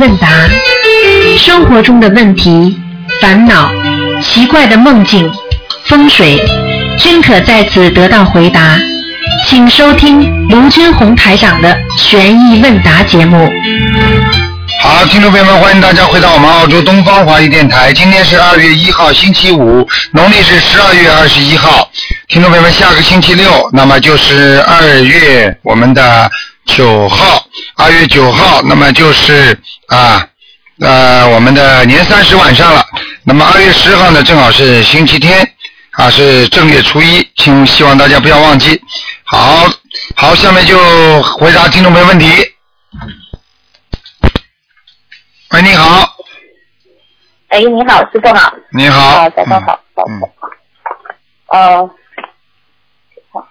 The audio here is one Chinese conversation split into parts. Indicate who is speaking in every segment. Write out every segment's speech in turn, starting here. Speaker 1: 问答，生活中的问题、烦恼、奇怪的梦境、风水，均可在此得到回答。请收听卢军红台长的《悬疑问答》节目。
Speaker 2: 好，听众朋友们，欢迎大家回到我们澳洲东方华语电台。今天是二月一号，星期五，农历是十二月二十一号。听众朋友们，下个星期六，那么就是二月我们的九号，二月九号，那么就是啊呃我们的年三十晚上了。那么二月十号呢，正好是星期天啊，是正月初一，请希望大家不要忘记。好，好，下面就回答听众朋友问题。喂，你好，
Speaker 3: 哎，你好，师傅好。
Speaker 2: 你
Speaker 3: 啊，
Speaker 2: 好，
Speaker 3: 早上好，早上
Speaker 2: 嗯，
Speaker 3: 好。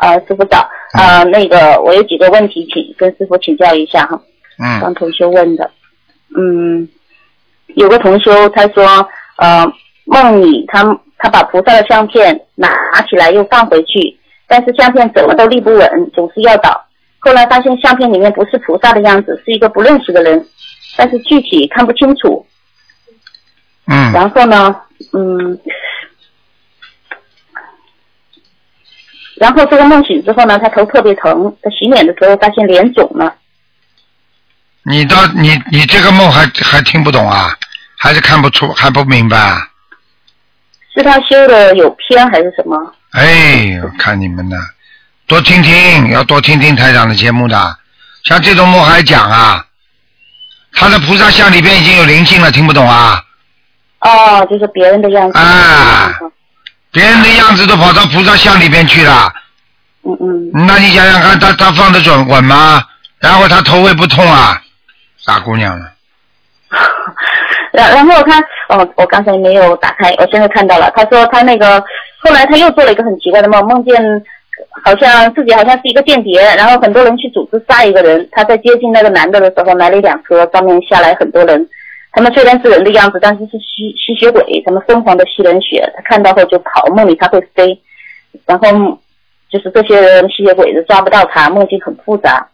Speaker 3: 呃，呃，师傅早。呃，那个我有几个问题请跟师傅请教一下哈，
Speaker 2: 嗯嗯，
Speaker 3: 帮同修问的。嗯，有个同修他说，呃，梦里他他把菩萨的相片拿起来又放回去，但是相片怎么都立不稳，总是要倒。后来发现相片里面不是菩萨的样子，是一个不认识的人，但是具体看不清楚。
Speaker 2: 嗯，
Speaker 3: 然后呢，嗯，然后这个梦醒之后呢，他头特别疼，他洗脸的时候发现脸肿了，
Speaker 2: 你到你你这个梦还还听不懂啊？还是看不出，还不明白啊？
Speaker 3: 是他修的有偏还是什么？
Speaker 2: 哎，我看你们呢，多听听，要多听听台长的节目的。像这种梦还讲啊，他的菩萨像里边已经有灵性了，听不懂啊？
Speaker 3: 哦，就是别人的样子。
Speaker 2: 啊别人的样子都跑到菩萨像里边去了，
Speaker 3: 嗯嗯，
Speaker 2: 那你想想看，他他放得准稳吗？然后他头会不痛啊？傻姑娘了，
Speaker 3: 然然后他，哦，我刚才没有打开，我现在看到了。他说他那个，后来他又做了一个很奇怪的梦，梦见好像自己好像是一个间谍，然后很多人去组织杀一个人。他在接近那个男的的时候，来了一辆车，上面下来很多人。他们虽然是人的样子，但是是吸吸血鬼，他们疯狂的吸人血。他看到后就跑，梦里他会飞，然后就是这些人吸血鬼都抓不到他，梦境很复杂。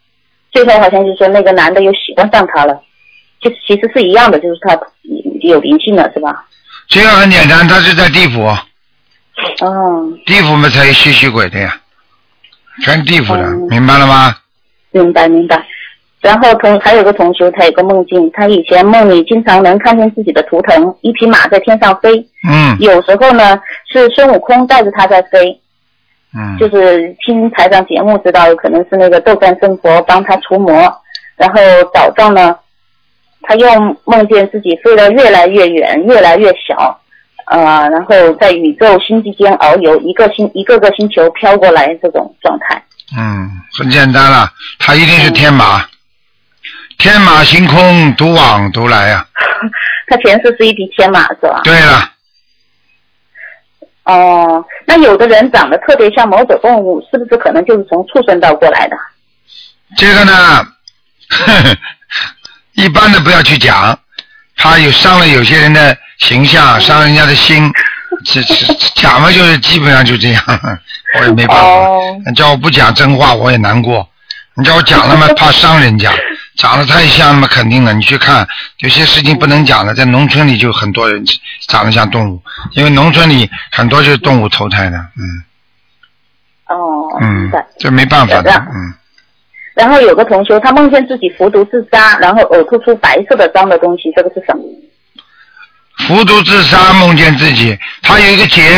Speaker 3: 最后好像就是说那个男的又喜欢上他了。就其实是一样的，就是他有灵性了，是吧？
Speaker 2: 这个很简单，他是在地府，
Speaker 3: 哦，
Speaker 2: 地府嘛才有吸血鬼的呀，全地府的，
Speaker 3: 嗯
Speaker 2: 明白了吗？
Speaker 3: 明白明白。然后同还有个同学，他有个梦境，他以前梦里经常能看见自己的图腾，一匹马在天上飞，
Speaker 2: 嗯
Speaker 3: 有时候呢是孙悟空带着他在飞，
Speaker 2: 嗯
Speaker 3: 就是听台长节目知道，有可能是那个斗战胜佛帮他除魔，然后早上呢，他又梦见自己飞得越来越远，越来越小，呃，然后在宇宙星际间遨游，一个星一个个星球飘过来这种状态。
Speaker 2: 嗯，很简单了，他一定是天马，天马行空，独往独来呀、
Speaker 3: 他前世是一匹天马是吧？
Speaker 2: 对了，
Speaker 3: 哦，那有的人长得特别像某种动物，是不是可能就是从畜生道过来的？
Speaker 2: 这个呢， 呵呵一般的不要去讲，怕有伤了有些人的形象，伤人家的心，这这讲嘛就是基本上就这样， 我也没办法。
Speaker 3: 哦，
Speaker 2: 你叫我不讲真话，我也难过。你叫我讲 了嘛，怕伤人家。长得太像了嘛，肯定的。你去看，有些事情不能讲的，在农村里就很多人长得像动物，因为农村里很多就是动物投胎的，嗯
Speaker 3: 哦，明
Speaker 2: 嗯
Speaker 3: 白。，
Speaker 2: 这没办法的
Speaker 3: 是的，
Speaker 2: 嗯
Speaker 3: 然后有个同修，他梦见自己服毒自杀，然后呕吐出白色的脏的东西，这个是什么？
Speaker 2: 服毒自杀，梦见自己，他有一个结，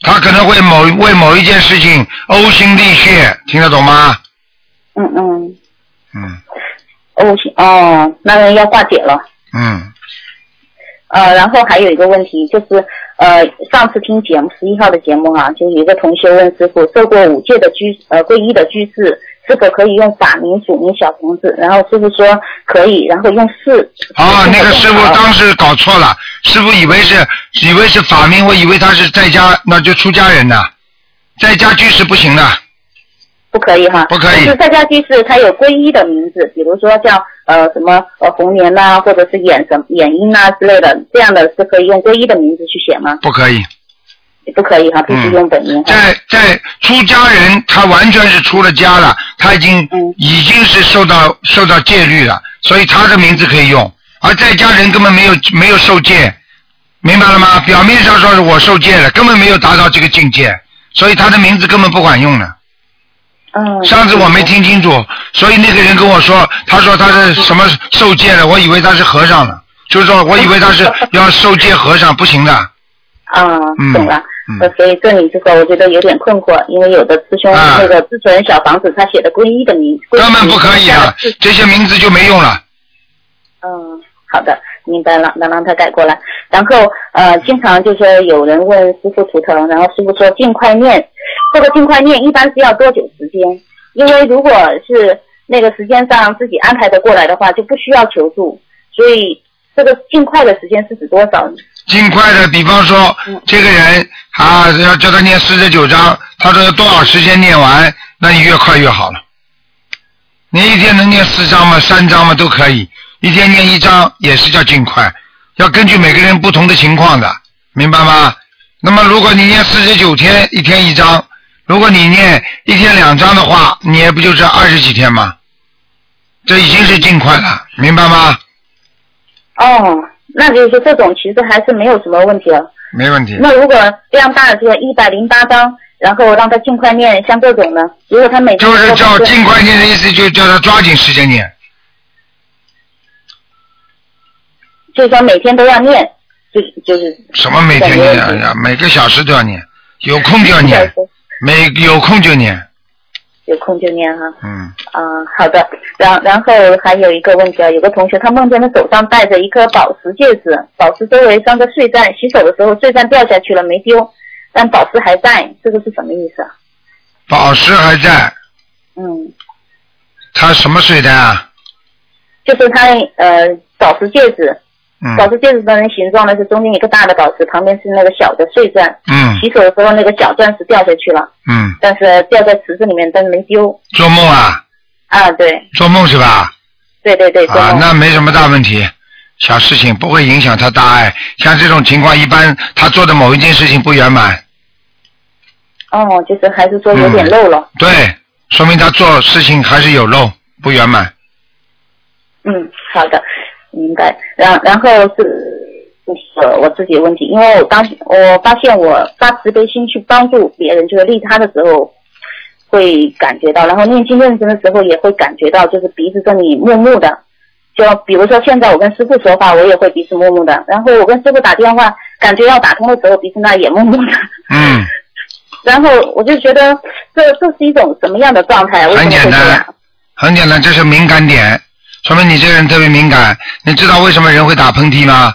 Speaker 2: 他可能会某为某一件事情呕心沥血，听得懂吗？
Speaker 3: 嗯嗯，
Speaker 2: 嗯
Speaker 3: 哦行哦，那要化解了。
Speaker 2: 嗯，
Speaker 3: 呃，然后还有一个问题就是，呃，上次听节目十一号的节目啊，就有一个同学问师傅，受过五戒的居呃皈依的居士是否可以用法名署名小房子？然后师傅说可以，然后用四。
Speaker 2: 哦，那个师傅
Speaker 3: 当。
Speaker 2: 当时搞错了，师傅以为是以为是法名，我以为他是在家，那就出家人的，在家居士不行的。
Speaker 3: 不可以哈，
Speaker 2: 不可以
Speaker 3: 就是在家居士，他有皈依的名字，比如说像呃什么呃红莲呐、或者是眼什眼音呐、之类的，这样的是可以用皈依的名字去写吗？
Speaker 2: 不可以，嗯
Speaker 3: 不可以哈，必须用本名哈。
Speaker 2: 在在出家人，他完全是出了家了，他已经已经是受到受到戒律了，所以他的名字可以用，而在家人根本没有没有受戒，明白了吗？表面上说是我受戒了，根本没有达到这个境界，所以他的名字根本不管用了。
Speaker 3: 嗯。
Speaker 2: 上次我没听清楚，所以那个人跟我说，他说他是什么受戒了，我以为他是和尚了，就是说我以为他是要受戒和尚，不行的。
Speaker 3: 啊
Speaker 2: 嗯，
Speaker 3: 懂了。
Speaker 2: 嗯
Speaker 3: 呃所以这里这个我觉得有点困惑，因为有的师兄
Speaker 2: 啊
Speaker 3: 那个自存小房子，他写的皈依的名，皈依
Speaker 2: 根本不可以啊
Speaker 3: 名
Speaker 2: 的，这些名字就没用了。
Speaker 3: 嗯，好的，明白了，能让他改过来。然后呃，经常就是有人问师傅图腾，然后师傅说尽快念，这个尽快念一般是要多久时间？因为如果是那个时间上自己安排的过来的话，就不需要求助，所以这个尽快的时间是指多少呢？
Speaker 2: 尽快的，比方说
Speaker 3: 嗯
Speaker 2: 这个人啊，要叫他念四十九章，他说多少时间念完，那你越快越好了。你一天能念四章吗？三章吗？都可以，一天念一章也是叫尽快，要根据每个人不同的情况的，明白吗？那么如果你念四十九天，一天一章，如果你念一天两章的话，你也不就是二十几天吗？这已经是尽快了，明白吗？
Speaker 3: 哦，那就是说这种其实还是没有什么问题了。
Speaker 2: 没问题。
Speaker 3: 那如果量大的这个一百零八张，然后让他尽快念，像这种呢，如果他每天
Speaker 2: 就是
Speaker 3: 都
Speaker 2: 叫
Speaker 3: 是
Speaker 2: 尽快念的意思，就叫他抓紧时间念。
Speaker 3: 就是说每天都要念，就就是
Speaker 2: 什么每天
Speaker 3: 没
Speaker 2: 念
Speaker 3: 问题
Speaker 2: 啊？每个小时都要念，有空就要
Speaker 3: 小
Speaker 2: 念
Speaker 3: 时，
Speaker 2: 每有空就念。
Speaker 3: 有空就念哈、
Speaker 2: 嗯，
Speaker 3: 啊。好的。然然后还有一个问题啊，有个同学他梦见他手上戴着一颗宝石戒指，宝石周围装着碎钻，洗手的时候碎钻掉下去了没丢，但宝石还在，这个是什么意思啊？
Speaker 2: 宝石还在，
Speaker 3: 嗯，
Speaker 2: 他什么水的啊？
Speaker 3: 就是他呃宝石戒指，宝
Speaker 2: 嗯
Speaker 3: 石戒指的形状呢是中间一个大的宝石，旁边是那个小的碎钻。
Speaker 2: 嗯
Speaker 3: 洗手的时候那个小钻石掉下去了，
Speaker 2: 嗯，
Speaker 3: 但是掉在池子里面，但是没丢。
Speaker 2: 做梦啊，
Speaker 3: 啊，对，
Speaker 2: 做梦是吧？
Speaker 3: 对对对，
Speaker 2: 啊，
Speaker 3: 中了
Speaker 2: 那没什么大问题，小事情不会影响他大碍。像这种情况，一般他做的某一件事情不圆满，
Speaker 3: 哦，就是还是说有点
Speaker 2: 嗯
Speaker 3: 漏了。
Speaker 2: 对，说明他做事情还是有漏，不圆满。
Speaker 3: 嗯，好的，明白。然然后是呃我自己的问题，因为我当我发现我发慈悲心去帮助别人，就是利他的时候，会感觉到，然后念经认真的时候也会感觉到，就是鼻子这里木木的。就比如说现在我跟师傅说话，我也会鼻子木木的。然后我跟师傅打电话，感觉要打通的时候，鼻子那也木木的。
Speaker 2: 嗯，
Speaker 3: 然后我就觉得这这是一种什么样的状态？为什
Speaker 2: 很
Speaker 3: 么
Speaker 2: 简
Speaker 3: 会这
Speaker 2: 单
Speaker 3: 样？
Speaker 2: 很简单，这是敏感点，说明你这个人特别敏感。你知道为什么人会打喷嚏吗？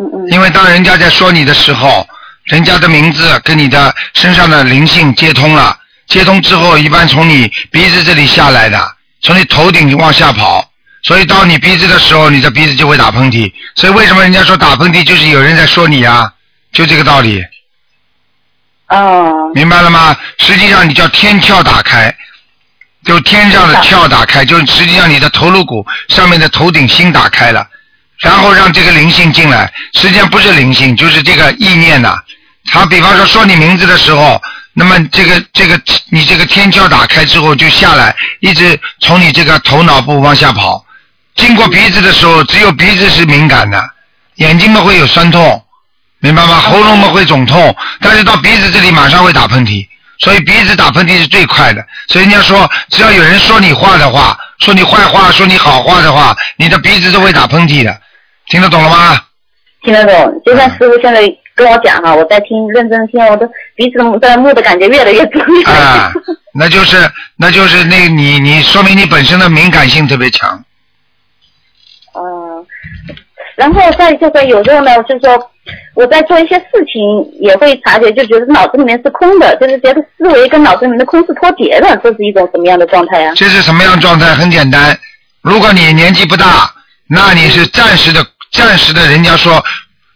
Speaker 3: 嗯嗯
Speaker 2: 因为当人家在说你的时候，人家的名字跟你的身上的灵性接通了，接通之后一般从你鼻子这里下来的，从你头顶往下跑，所以到你鼻子的时候，你的鼻子就会打喷嚏。所以为什么人家说打喷嚏就是有人在说你啊？就这个道理。
Speaker 3: 哦，
Speaker 2: 明白了吗？实际上你叫天窍打开，就天上的窍打开，就是实际上你的头颅骨上面的头顶心打开了，然后让这个灵性进来。实际上不是灵性，就是这个意念呐、他比方说说你名字的时候，那么这个这个你这个天窍打开之后就下来，一直从你这个头脑部往下跑，经过鼻子的时候，只有鼻子是敏感的，眼睛嘛会有酸痛，明白吗？喉咙嘛会肿痛，但是到鼻子这里马上会打喷嚏，所以鼻子打喷嚏是最快的。所以人家说，只要有人说你话的话，说你坏话，说你好话的话，你的鼻子都会打喷嚏的，听得懂了吗？
Speaker 3: 听得懂，就像师傅现在跟我讲啊哈、我在听，认真听，我的鼻子在木的感觉越来越重。
Speaker 2: 啊、那就是那就是那你你说明你本身的敏感性特别强，
Speaker 3: 嗯， 然后再就是有时候呢，就是说我在做一些事情，也会察觉，就觉得脑子里面是空的，就是觉得思维跟脑子里面的空是脱节的，这是一种什么样的状态啊？
Speaker 2: 这是什么样的状态？很简单，如果你年纪不大，那你是暂时的，暂时的，人家说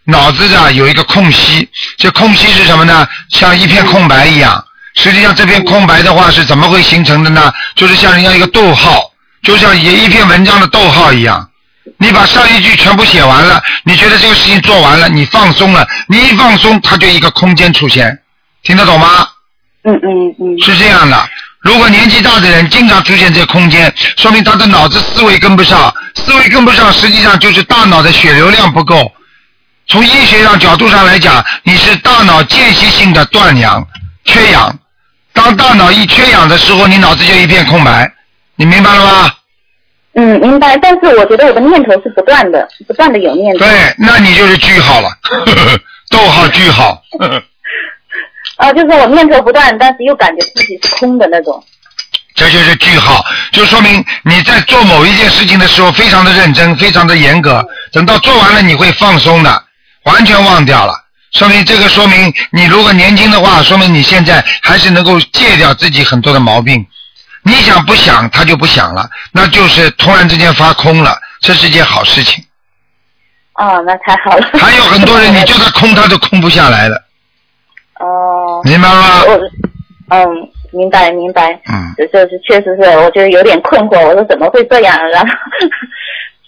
Speaker 2: 脑子的有一个空隙，这空隙是什么呢？像一片空白一样。实际上这片空白的话是怎么会形成的呢？就是像人家一个逗号，就像一一篇文章的逗号一样。你把上一句全部写完了，你觉得这个事情做完了，你放松了，你一放松，它就一个空间出现，听得懂吗？
Speaker 3: 嗯嗯嗯
Speaker 2: 是这样的，如果年纪大的人经常出现这空间，说明他的脑子思维跟不上，思维跟不上，实际上就是大脑的血流量不够。从医学上角度上来讲，你是大脑间歇性的断氧、缺氧。当大脑一缺氧的时候，你脑子就一片空白，你明白了吗？
Speaker 3: 嗯，明白。但是我觉得我的念头是不断的，不断的有念头。
Speaker 2: 对，那你就是句号了， 逗号句号。
Speaker 3: 啊、就是我念头不断，但是又感觉自己是空的那种。
Speaker 2: 这就是句号，就说明你在做某一件事情的时候非常的认真，非常的严格。等到做完了，你会放松的，完全忘掉了。说明这个说明你如果年轻的话，说明你现在还是能够戒掉自己很多的毛病。你想不想，他就不想了，那就是突然之间发空了，这是件好事情。
Speaker 3: 啊、那太好了。
Speaker 2: 还有很多人，你叫他空，他都空不下来了，
Speaker 3: 哦、
Speaker 2: 明白吗？
Speaker 3: 我嗯，明白明白。
Speaker 2: 嗯
Speaker 3: 这就是确实是，我觉得有点困惑，我说怎么会这样？然后，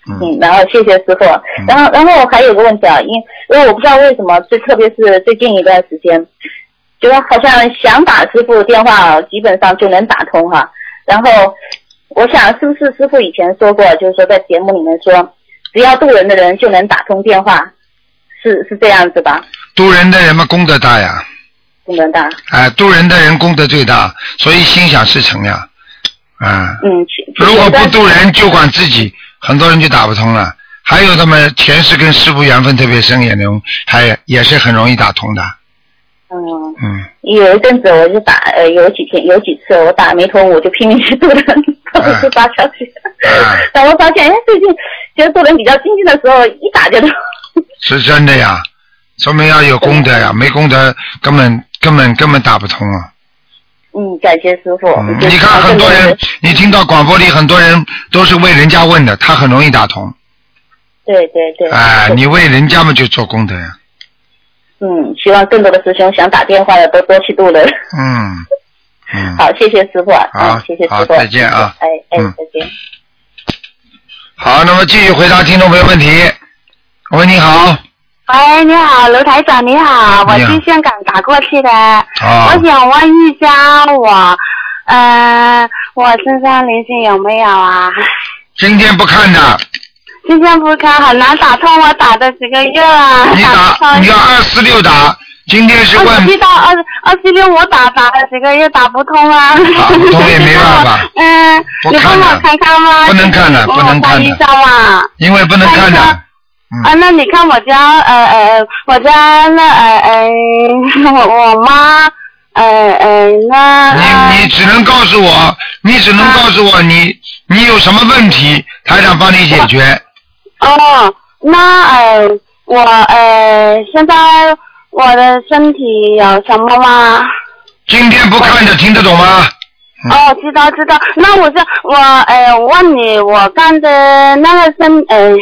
Speaker 2: 嗯
Speaker 3: 嗯，然后谢谢师傅。然后，然后我还有个问题啊，因因为我不知道为什么，最特别是最近一段时间，就是好像想打师傅电话，基本上就能打通哈、然后，我想是不是师傅以前说过，就是说在节目里面说，只要渡人的人就能打通电话，是是这样子吧？
Speaker 2: 渡人的人嘛，功德大呀，
Speaker 3: 不能打，
Speaker 2: 哎，渡人的人功德最大，所以心想事成呀，啊、
Speaker 3: 嗯，其其实
Speaker 2: 如果
Speaker 3: 但
Speaker 2: 不
Speaker 3: 是
Speaker 2: 渡人，就管自己，很多人就打不通了。还有他们前世跟师傅缘分特别深，也能还也是很容易打通的。
Speaker 3: 嗯。
Speaker 2: 嗯，
Speaker 3: 有一阵子我就打，呃，有几天有几次我打没通，我就拼命去渡人，
Speaker 2: 嗯
Speaker 3: 就发消息。
Speaker 2: 啊
Speaker 3: 但我发现，哎，最近觉得渡人比较精进的时候，一打就通。
Speaker 2: 是真的呀，说明要有功德呀，没功德根本根本根本打不通啊。
Speaker 3: 嗯，感谢师傅。
Speaker 2: 嗯，
Speaker 3: 就是
Speaker 2: 你看很多人，你听到广播里很多人都是为人家问的，他很容易打通。
Speaker 3: 对对对。
Speaker 2: 哎，你为人家嘛就做功德呀。
Speaker 3: 嗯，希望更多的师兄想打电话的都多去渡人。
Speaker 2: 嗯嗯，
Speaker 3: 好，谢谢师傅啊。
Speaker 2: 好
Speaker 3: 嗯谢谢师
Speaker 2: 好
Speaker 3: 傅。
Speaker 2: 再见啊
Speaker 3: 哎哎
Speaker 2: 嗯，
Speaker 3: 再见。
Speaker 2: 好，那么继续回答听众朋友问题。喂，你好。
Speaker 4: 喂，哎你好，卢台长，你好，我
Speaker 2: 哎你好
Speaker 4: 是香港打过去的，
Speaker 2: 啊。
Speaker 4: 我想问一下我，呃，我身上灵性有没有啊？
Speaker 2: 今天不看的，
Speaker 4: 今天不开，很难打通，我打的几个月了，
Speaker 2: 你
Speaker 4: 打不
Speaker 2: 打你
Speaker 4: 通
Speaker 2: 要。二四六打，今天是
Speaker 4: 二十七
Speaker 2: 问
Speaker 4: 到二二十六，我打打了几个月打不通啊，
Speaker 2: 打不通也没办 法
Speaker 4: 嗯，
Speaker 2: 不
Speaker 4: 你
Speaker 2: 看
Speaker 4: 帮
Speaker 2: 了
Speaker 4: 我看看吗？
Speaker 2: 不能看了
Speaker 4: 帮
Speaker 2: 不能看
Speaker 4: 我看啊
Speaker 2: 了
Speaker 4: 一下嘛。
Speaker 2: 因为不能看
Speaker 4: 看一
Speaker 2: 的
Speaker 4: 下，啊，那你看我家呃呃，我家那呃呃， 我我妈呃呃那
Speaker 2: 你你
Speaker 4: 呃
Speaker 2: 只能告诉我，你只能告诉我你你有什么问题，台长帮你解决。
Speaker 4: 哦，那呃我呃现在我的身体有什么吗？
Speaker 2: 今天不看的听得懂吗？嗯
Speaker 4: 哦，知道知道。那我是我呃问你，我干的那个身呃，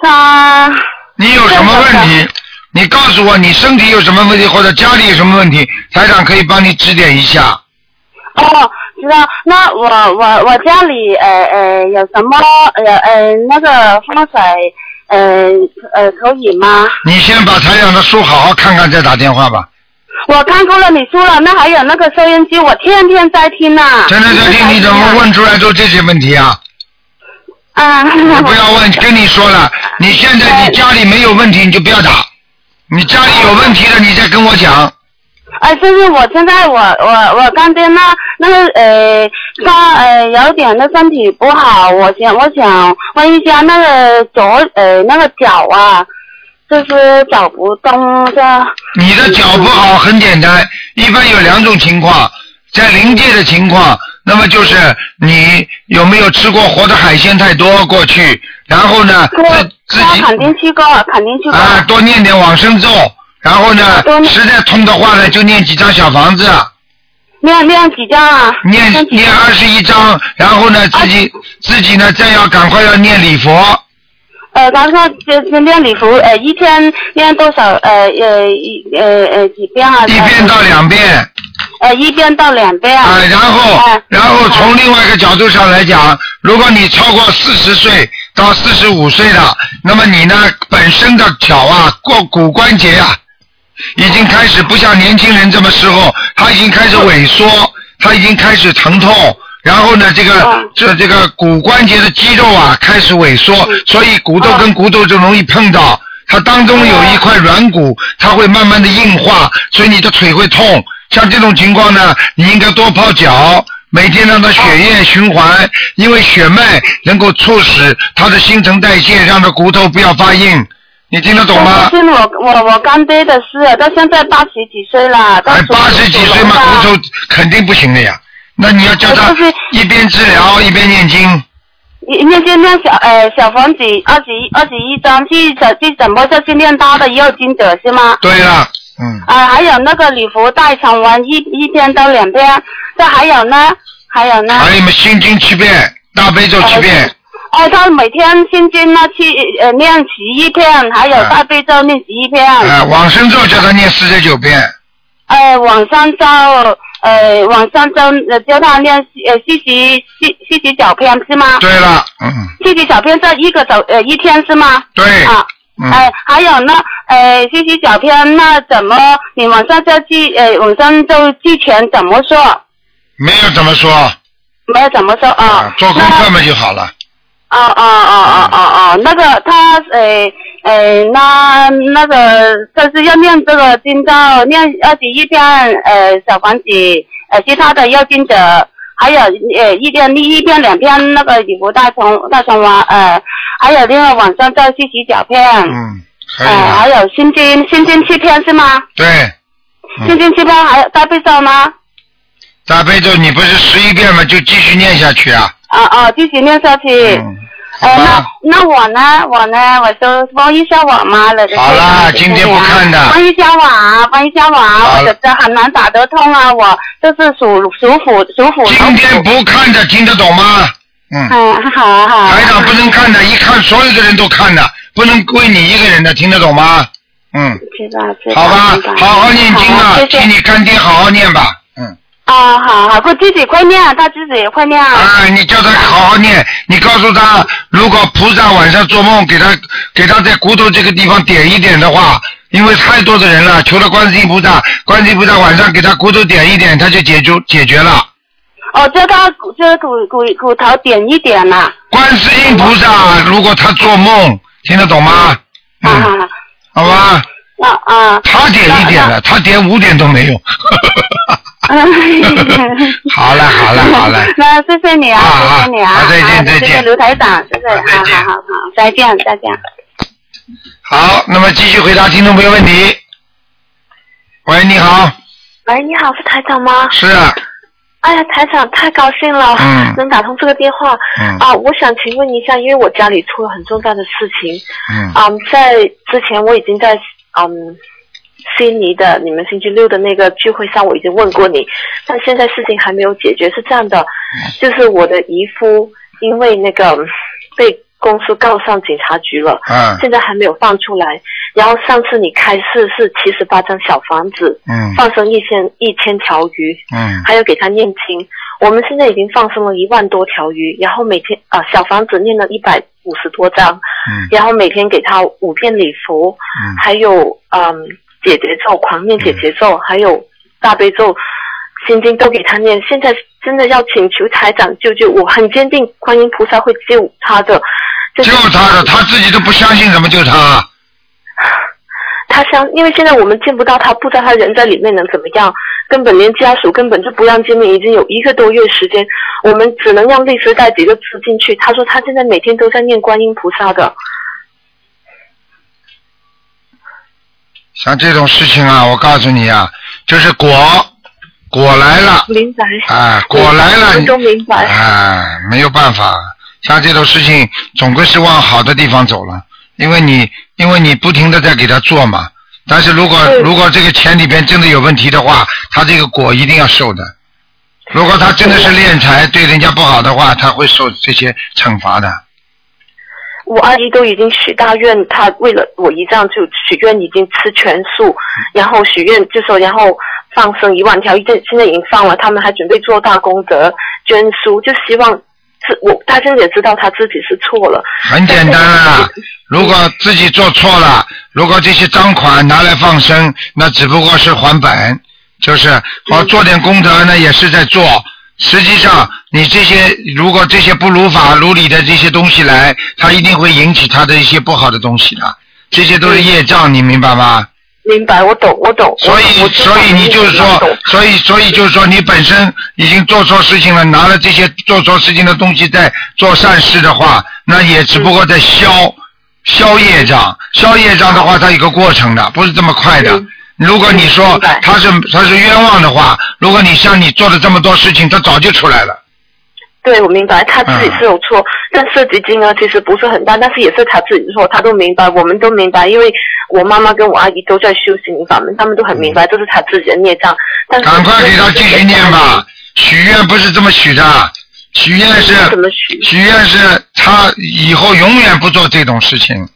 Speaker 4: 他
Speaker 2: 你有什么问题？你告诉我你身体有什么问题，或者家里有什么问题，台长可以帮你指点一下。
Speaker 4: 哦，知道。那我我我家里呃呃有什么呃呃那个风水呃呃可以吗？
Speaker 2: 你先把台长的书好好看看，再打电话吧。
Speaker 4: 我看过了你说了，那还有那个收音机，我天天在听呢、啊。
Speaker 2: 现在在听你怎么问出来都这些问题啊？
Speaker 4: 啊？
Speaker 2: 你不要问，跟你说了，你现在你家里没有问题，你就不要打。你家里有问题了，你再跟我讲。
Speaker 4: 哎，就是我现在我我我刚才那那个呃，他呃有点那身体不好，我想我想问一下那个左呃那个脚啊，就是走不动啊的。
Speaker 2: 你的脚不好很简单，一般有两种情况，在临界的情况，那么就是你有没有吃过活的海鲜太多过去，然后呢
Speaker 4: 我
Speaker 2: 自自
Speaker 4: 他
Speaker 2: 己
Speaker 4: 肯定去过，肯定去过。
Speaker 2: 啊多念点往生咒，然后呢
Speaker 4: 多念
Speaker 2: 实在痛的话呢就念几张小房子，
Speaker 4: 念念几张啊？
Speaker 2: 念
Speaker 4: 几
Speaker 2: 念
Speaker 4: 张？
Speaker 2: 二十一张，然后呢自己自己呢再要赶快要念礼佛。
Speaker 4: 呃，刚才就是念礼服，呃，一天念多少？呃呃一呃呃几遍啊？
Speaker 2: 一遍到两遍
Speaker 4: 呃一遍到两遍。
Speaker 2: 啊、然后
Speaker 4: 哎
Speaker 2: 然后从另外一个角度上来讲，如果你超过四十岁到四十五岁了，那么你呢本身的脚啊过骨关节啊，已经开始不像年轻人这么时候，它已经开始萎缩，他已经开始疼痛，然后呢，这个、
Speaker 4: 嗯
Speaker 2: 这这个骨关节的肌肉啊开始萎缩，所以骨头跟骨头就容易碰到。它当中有一块软骨，它会慢慢的硬化，所以你的腿会痛。像这种情况呢，你应该多泡脚，每天让它血液循环，因为血脉能够促使它的新陈代谢，让它骨头不要发硬。你听得懂吗？
Speaker 4: 但是我我我干爹的事，他现在八十几岁了，他
Speaker 2: 哎，
Speaker 4: 属于
Speaker 2: 八十几岁嘛，
Speaker 4: 属
Speaker 2: 骨
Speaker 4: 龙的
Speaker 2: 头肯定不行的呀。那你要叫他
Speaker 4: 我就是
Speaker 2: 一边治疗一边念经。
Speaker 4: 你念经念小呃小房子二十一二十一章，去怎去怎么再去念他的要经者是吗？
Speaker 2: 对了，嗯，
Speaker 4: 啊、还有那个礼佛大肠丸一一篇到两篇，这还有呢，还有呢，
Speaker 2: 还有你们心经七遍，大悲咒七遍，
Speaker 4: 哦，他每天心经呢去呃念十一篇，还有
Speaker 2: 啊
Speaker 4: 大悲咒念十一篇，
Speaker 2: 哎、往生咒叫他念四十九遍，
Speaker 4: 呃，往上周呃往上周呃教他念呃四十四四十九篇是吗？
Speaker 2: 对了，嗯，
Speaker 4: 四十九篇这一个周呃一天是吗？
Speaker 2: 对，
Speaker 4: 啊。
Speaker 2: 嗯，
Speaker 4: 哎，还有呢，呃，谢谢小片，那怎么你晚上再去，呃，晚上就之前怎么说？
Speaker 2: 没有怎么说，
Speaker 4: 啊没有怎么说啊
Speaker 2: 啊？做功课嘛就好了。
Speaker 4: 那？哦哦哦哦哦哦，那个他呃呃，那那个就是要念这个经咒，念二十一篇呃小房子，呃其他的要经者，还有呃一篇一篇两篇那个礼佛大乘大乘王呃，还有另外晚上再去洗脚片，
Speaker 2: 嗯，可以
Speaker 4: 呃还
Speaker 2: 了，
Speaker 4: 有心经心经七篇是吗？
Speaker 2: 对，嗯
Speaker 4: 现金七八还有大悲咒吗？
Speaker 2: 大悲咒你不是十一遍嘛，就继续念下去啊。
Speaker 4: 啊啊，继续念下去。
Speaker 2: 嗯，好
Speaker 4: 呃，那
Speaker 2: 吧，
Speaker 4: 那我呢？我呢？我就帮一下我妈了。
Speaker 2: 好啦今天不看的
Speaker 4: 帮一下我啊，帮一下我啊，
Speaker 2: 好
Speaker 4: 我觉得很难打得通啊。我就是属属虎，属虎。
Speaker 2: 今天不看的听得懂吗？嗯。
Speaker 3: 啊
Speaker 4: 嗯，好好。
Speaker 2: 台长不能看的，一看所有的人都看的，不能归你一个人的，听得懂吗？嗯，
Speaker 4: 知道知道。
Speaker 2: 好吧
Speaker 4: 知道，
Speaker 2: 好好念经啊
Speaker 4: 好，谢
Speaker 2: 请
Speaker 4: 谢。
Speaker 2: 你干爹好好念吧。嗯，
Speaker 4: 啊，好好，快自己快念，啊他自己快念。
Speaker 2: 啊，你叫他好好念，你告诉他，如果菩萨晚上做梦给他给他在骨头这个地方点一点的话，因为太多的人了，求了观世音菩萨，观世音菩萨晚上给他骨头点一点，他就解决解决了。
Speaker 4: 哦，这个骨这个骨骨骨头点一 点呐。
Speaker 2: 观世音菩萨如果他做梦，听得懂吗？
Speaker 4: 啊好
Speaker 2: 嗯，
Speaker 4: 好，
Speaker 2: 好吧。
Speaker 4: 那啊。
Speaker 2: 他点一点了，他点五点都没有。好了好了好了，
Speaker 4: 那谢谢你啊，
Speaker 2: 啊
Speaker 4: 谢谢你啊，
Speaker 2: 啊再见
Speaker 4: 啊
Speaker 2: 再
Speaker 4: 谢谢
Speaker 2: 见
Speaker 4: 刘台长，谢谢，
Speaker 2: 啊再
Speaker 4: 好
Speaker 2: 见
Speaker 4: 好好好，再见再见。
Speaker 2: 好，那么继续回答听众朋友问题。喂，你好，
Speaker 5: 喂，你好，是台长吗？
Speaker 2: 是啊，
Speaker 5: 哎呀，台长太高兴了，
Speaker 2: 嗯
Speaker 5: 能打通这个电话。
Speaker 2: 嗯
Speaker 5: 啊，我想请问一下，因为我家里出了很重大的事情，
Speaker 2: 嗯
Speaker 5: 嗯，在之前我已经在嗯悉尼的你们星期六的那个聚会上我已经问过你，但现在事情还没有解决，是这样的，
Speaker 2: 嗯
Speaker 5: 就是我的姨夫因为那个被公司告上警察局了，
Speaker 2: 嗯
Speaker 5: 现在还没有放出来。然后上次你开示是七十八张小房子，
Speaker 2: 嗯
Speaker 5: 放生一千一千条鱼，
Speaker 2: 嗯
Speaker 5: 还有给他念经。我们现在已经放生了一万多条鱼，然后每天啊、小房子念了一百五十多章，
Speaker 2: 嗯
Speaker 5: 然后每天给他五遍礼佛，
Speaker 2: 嗯
Speaker 5: 还有嗯解结咒，狂念解结咒，还有大悲咒、心经都给他念。现在真的要请求台长救救我，很坚定观音菩萨会救他的。就
Speaker 2: 就是他的，他自己都不相信，怎么就他？
Speaker 5: 他相，因为现在我们见不到他，不知道他人在里面能怎么样，根本连家属根本就不让见面，已经有一个多月时间，我们只能让律师带几个字进去。他说他现在每天都在念观音菩萨的，
Speaker 2: 像这种事情啊，我告诉你啊，就是果果来了
Speaker 5: 明白？
Speaker 2: 啊，果来
Speaker 5: 我
Speaker 2: 了
Speaker 5: 们，都明白。
Speaker 2: 哎，没有办法，像这种事情总归是往好的地方走了，因为你因为你不停的在给他做嘛。但是如果
Speaker 5: 对
Speaker 2: 如果这个钱里边真的有问题的话，他这个果一定要受的。如果他真的是敛财，对人家不好的话，他会受这些惩罚的。
Speaker 5: 我阿姨都已经许大愿，她为了我姨丈就许愿已经吃全素，然后许愿就说然后放生一万条，现现在已经放了，他们还准备做大功德捐书，就希望是我，她现在也知道她自己是错了，
Speaker 2: 很简单 啊，如果自己做错了，如果这些赃款拿来放生，那只不过是还本。就是哦，做点功德呢也是在做。实际上，你这些如果这些不如法如理的这些东西来，它一定会引起他的一些不好的东西的，这些都是业障，你明白吗？
Speaker 5: 明白，我懂，我懂。
Speaker 2: 所以，
Speaker 5: 我知道
Speaker 2: 所以你就是
Speaker 5: 我
Speaker 2: 说
Speaker 5: 懂，
Speaker 2: 所以，所以就是说，你本身已经做错事情了，拿了这些做错事情的东西在做善事的话，那也只不过在
Speaker 5: 嗯
Speaker 2: 消消业障。消业障的话，它有个过程的，不是这么快的。如果你
Speaker 5: 嗯
Speaker 2: 说
Speaker 5: 明白
Speaker 2: 他是他是冤枉的话，如果你像你做了这么多事情，他早就出来了。
Speaker 5: 对，我明白，他自己
Speaker 2: 嗯
Speaker 5: 是有错，但涉及金额其实不是很大，但是也是他自己错，他都明白，我们都明白，因为我妈妈跟我阿姨都在修心灵法门，他们都很明白，这是他自己的孽障。但
Speaker 2: 嗯
Speaker 5: 是
Speaker 2: 赶快给他继续念吧，许愿不是这么许的，许愿是
Speaker 5: 怎么许
Speaker 2: 许愿是他以后永远不做这种事情，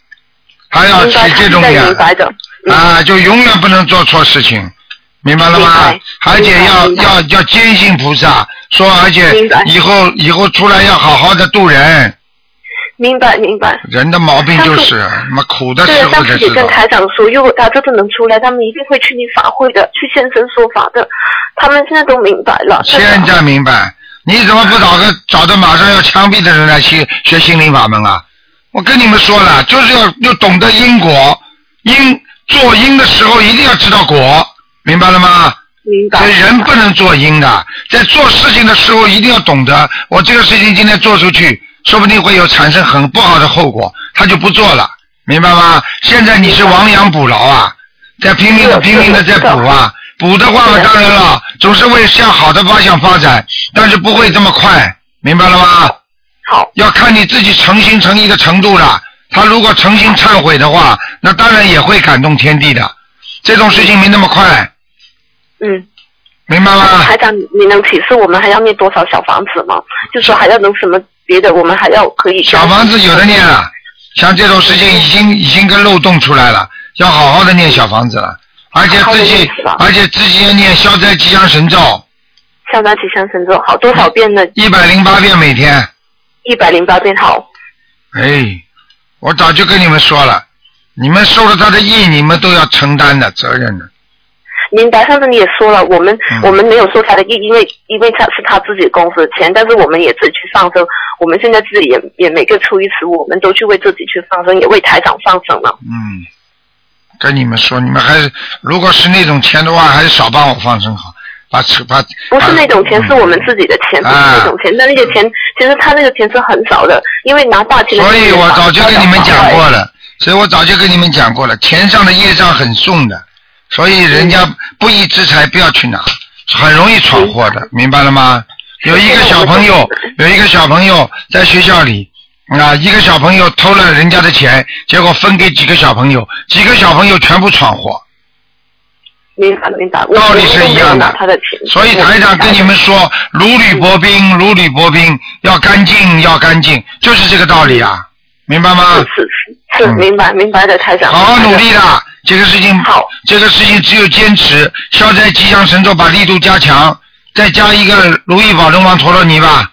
Speaker 2: 他要
Speaker 5: 明
Speaker 2: 许
Speaker 5: 白，
Speaker 2: 这种
Speaker 5: 他现在
Speaker 2: 愿
Speaker 5: 明白的。嗯
Speaker 2: 啊，就永远不能做错事情，明白了吗啊
Speaker 5: 明？白
Speaker 2: 而且要
Speaker 5: 明白
Speaker 2: 要要坚信菩萨，说而且
Speaker 5: 明白
Speaker 2: 以后以后出来要好好的度人，
Speaker 5: 明白明白。
Speaker 2: 人的毛病就
Speaker 5: 上次
Speaker 2: 是妈苦的
Speaker 5: 对
Speaker 2: 时，
Speaker 5: 上
Speaker 2: 候才
Speaker 5: 次也
Speaker 2: 知道
Speaker 5: 跟。台长说，如果他这次能出来，他们一定会去你法会的，去现身说法的。他们现在都明白了。但是
Speaker 2: 现在明白，你怎么不找个找到马上要枪毙的人来学学心灵法门啊？我跟你们说了，就是要要懂得因果，因做因的时候一定要知道果，明白了吗？
Speaker 5: 明白
Speaker 2: 所以。人不能做因的，在做事情的时候一定要懂得，我这个事情今天做出去，说不定会有产生很不好的后果，他就不做了，明白吗？现在你是亡羊补牢啊，在拼命
Speaker 5: 是
Speaker 2: 的
Speaker 5: 的
Speaker 2: 拼命的在
Speaker 5: 是的
Speaker 2: 补啊，补的话嘛，
Speaker 5: 是的
Speaker 2: 当然了，总是会向好的方向发展，但是不会这么快，明白了吗？
Speaker 5: 好，
Speaker 2: 要看你自己诚心诚意的程度了。他如果诚心忏悔的话，那当然也会感动天地的。这种事情没那么快，
Speaker 5: 嗯，
Speaker 2: 明白吗？
Speaker 5: 台长，你能启示我们还要念多少小房子吗？就说还要能什么别的，我们还要可以。
Speaker 2: 小房子有的念了，像这种事情已经已经跟漏洞出来了，要好好的念小房子了，而且自己
Speaker 5: 好好地念是吧
Speaker 2: 而且自己要念消灾吉祥神咒
Speaker 5: 消灾吉祥神咒，好多少遍呢？
Speaker 2: 嗯一百零八遍每天。
Speaker 5: 一百零八遍，好，
Speaker 2: 哎，我早就跟你们说了，你们受了他的意，你们都要承担的责任的。
Speaker 5: 明白。上次你也说了，我们、
Speaker 2: 嗯
Speaker 5: 我们没有说他的意，因为因为他是他自己公司的钱，但是我们也自己去放生。我们现在自己也也每个初一十五，我们都去为自己去放生，也为台长放生了。
Speaker 2: 嗯，跟你们说，你们还是如果是那种钱的话，还是少帮我放生好，把吃把
Speaker 5: 不是那种钱，
Speaker 2: 把
Speaker 5: 是我们自己的钱，不
Speaker 2: 啊
Speaker 5: 是那种钱。但那些钱，其实他那个钱是很少的，因为拿大钱的。
Speaker 2: 所以我早就跟你们讲过。了，所以我早就跟你们讲过了，钱上的业障很重的，所以人家不义之财不要去拿，很容易闯祸的，明白了吗？有一个小朋友，有一个小朋友在学校里。啊，一个小朋友偷了人家的钱，结果分给几个小朋友，几个小朋友全部闯祸，
Speaker 5: 明白明白，我
Speaker 2: 道理是一样的
Speaker 5: 我都没有拿他的钱。
Speaker 2: 所以台长跟你们说，如履薄冰，如履薄冰，要干净，要干净，就是这个道理啊，明白吗？
Speaker 5: 是是是，
Speaker 2: 嗯
Speaker 5: 明白明白的，台长。
Speaker 2: 好好努
Speaker 5: 明白的
Speaker 2: 力的，这个事情
Speaker 5: 好，
Speaker 2: 这个事情只有坚持，消灾吉祥神咒把力度加强，再加一个如意宝龙王陀罗尼吧。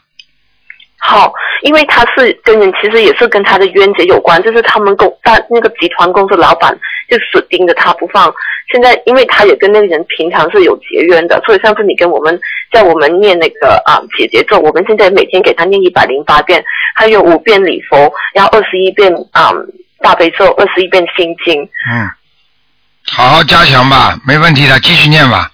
Speaker 5: 好，因为他是跟人，其实也是跟他的冤结有关，就是他们公大那个集团公司老板就死盯着他不放。现在因为他也跟那个人平常是有结冤的，所以上次你跟我们在我们念那个啊解结咒，我们现在每天给他念一百零八遍，还有五遍礼佛，然后二十一遍啊、大悲咒，二十一遍心经。
Speaker 2: 嗯，好好加强吧，没问题的，继续念吧。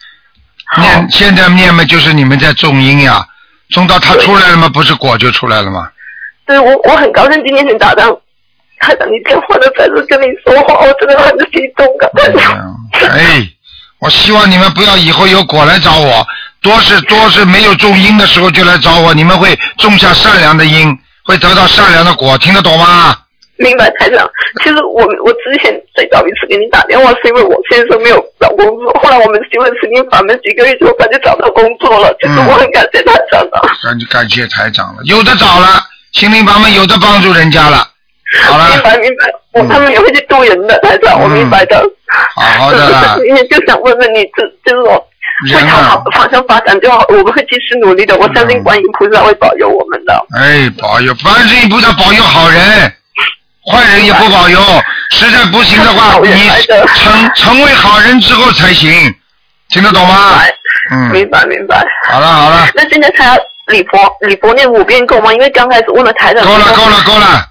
Speaker 5: 好，
Speaker 2: 念现在念嘛，就是你们在种因呀，种到它出来了吗？不是果就出来了吗？
Speaker 5: 对我我很高兴今天能打到他打你电话的，再次跟你说话，我真的很激动啊！
Speaker 2: 哎，我希望你们不要以后有果来找我，多是多是没有种因的时候就来找我，你们会种下善良的因，会得到善良的果，听得懂吗？
Speaker 5: 明白，台长。其实我我之前最早一次给你打电话，是因为我先生没有找工作，后来我们因为时间法门几个月之后，他就找到工作了。其实我很感谢台长的。
Speaker 2: 感感谢台长了，有的找了，心灵法门有的帮助人家了，好
Speaker 5: 明
Speaker 2: 了，
Speaker 5: 白明白，我他们也会去渡人的，台长，我明白的。
Speaker 2: 好好的 啦，
Speaker 5: 今天就想问问你，这就是我。会
Speaker 2: 人
Speaker 5: 朝好
Speaker 2: 啊
Speaker 5: 的，方向发展就好，我们会继续努力的。我相信观音菩萨会保佑我们的。
Speaker 2: 哎，保佑，凡是菩萨保佑好人，坏人也不保佑，实在不行的话，
Speaker 5: 好人
Speaker 2: 你
Speaker 5: 来的
Speaker 2: 成成为好人之后才行，听得懂吗？嗯，
Speaker 5: 明白明白。
Speaker 2: 好了好了，
Speaker 5: 那现在他李婆李婆念五遍够吗？因为刚开始问了台长，
Speaker 2: 够了够了够了，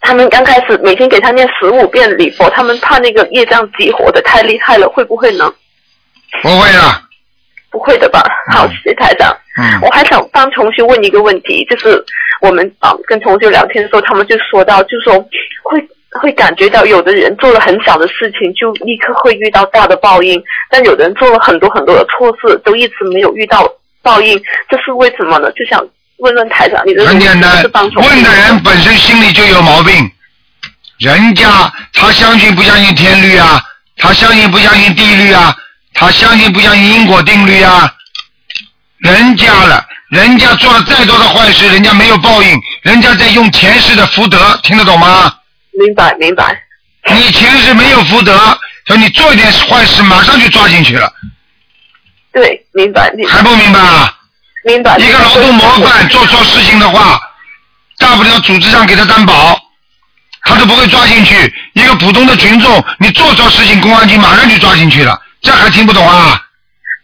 Speaker 5: 他们刚开始每天给他念十五遍礼佛，他们怕那个业障激活的太厉害了，会不会呢？
Speaker 2: 不会了。
Speaker 5: 不会的吧？好，谢谢台长。
Speaker 2: 嗯
Speaker 5: 我还想帮同学问一个问题，就是我们啊、跟同学聊天的时候，他们就说到，就说会会感觉到有的人做了很小的事情就立刻会遇到大的报应，但有的人做了很多很多的错事都一直没有遇到报应，这是为什么呢？就想问问台长，你的
Speaker 2: 很简单
Speaker 5: 是帮，同学
Speaker 2: 问的人本身心里就有毛病，人家他相信不相信天律啊？他相信不相信地律啊？他相信不相信因果定律啊？人家了，人家做了再多的坏事，人家没有报应，人家在用前世的福德，听得懂吗？
Speaker 5: 明白明白，
Speaker 2: 你前世没有福德，说你做一点坏事，马上就抓进去了，
Speaker 5: 对，明白明
Speaker 2: 还不明白啊？
Speaker 5: 明白。
Speaker 2: 一个劳动模范做错事情的话，大不了组织上给他担保，他都不会抓进去。一个普通的群众，你做错事情，公安局马上就抓进去了，这还听不懂啊？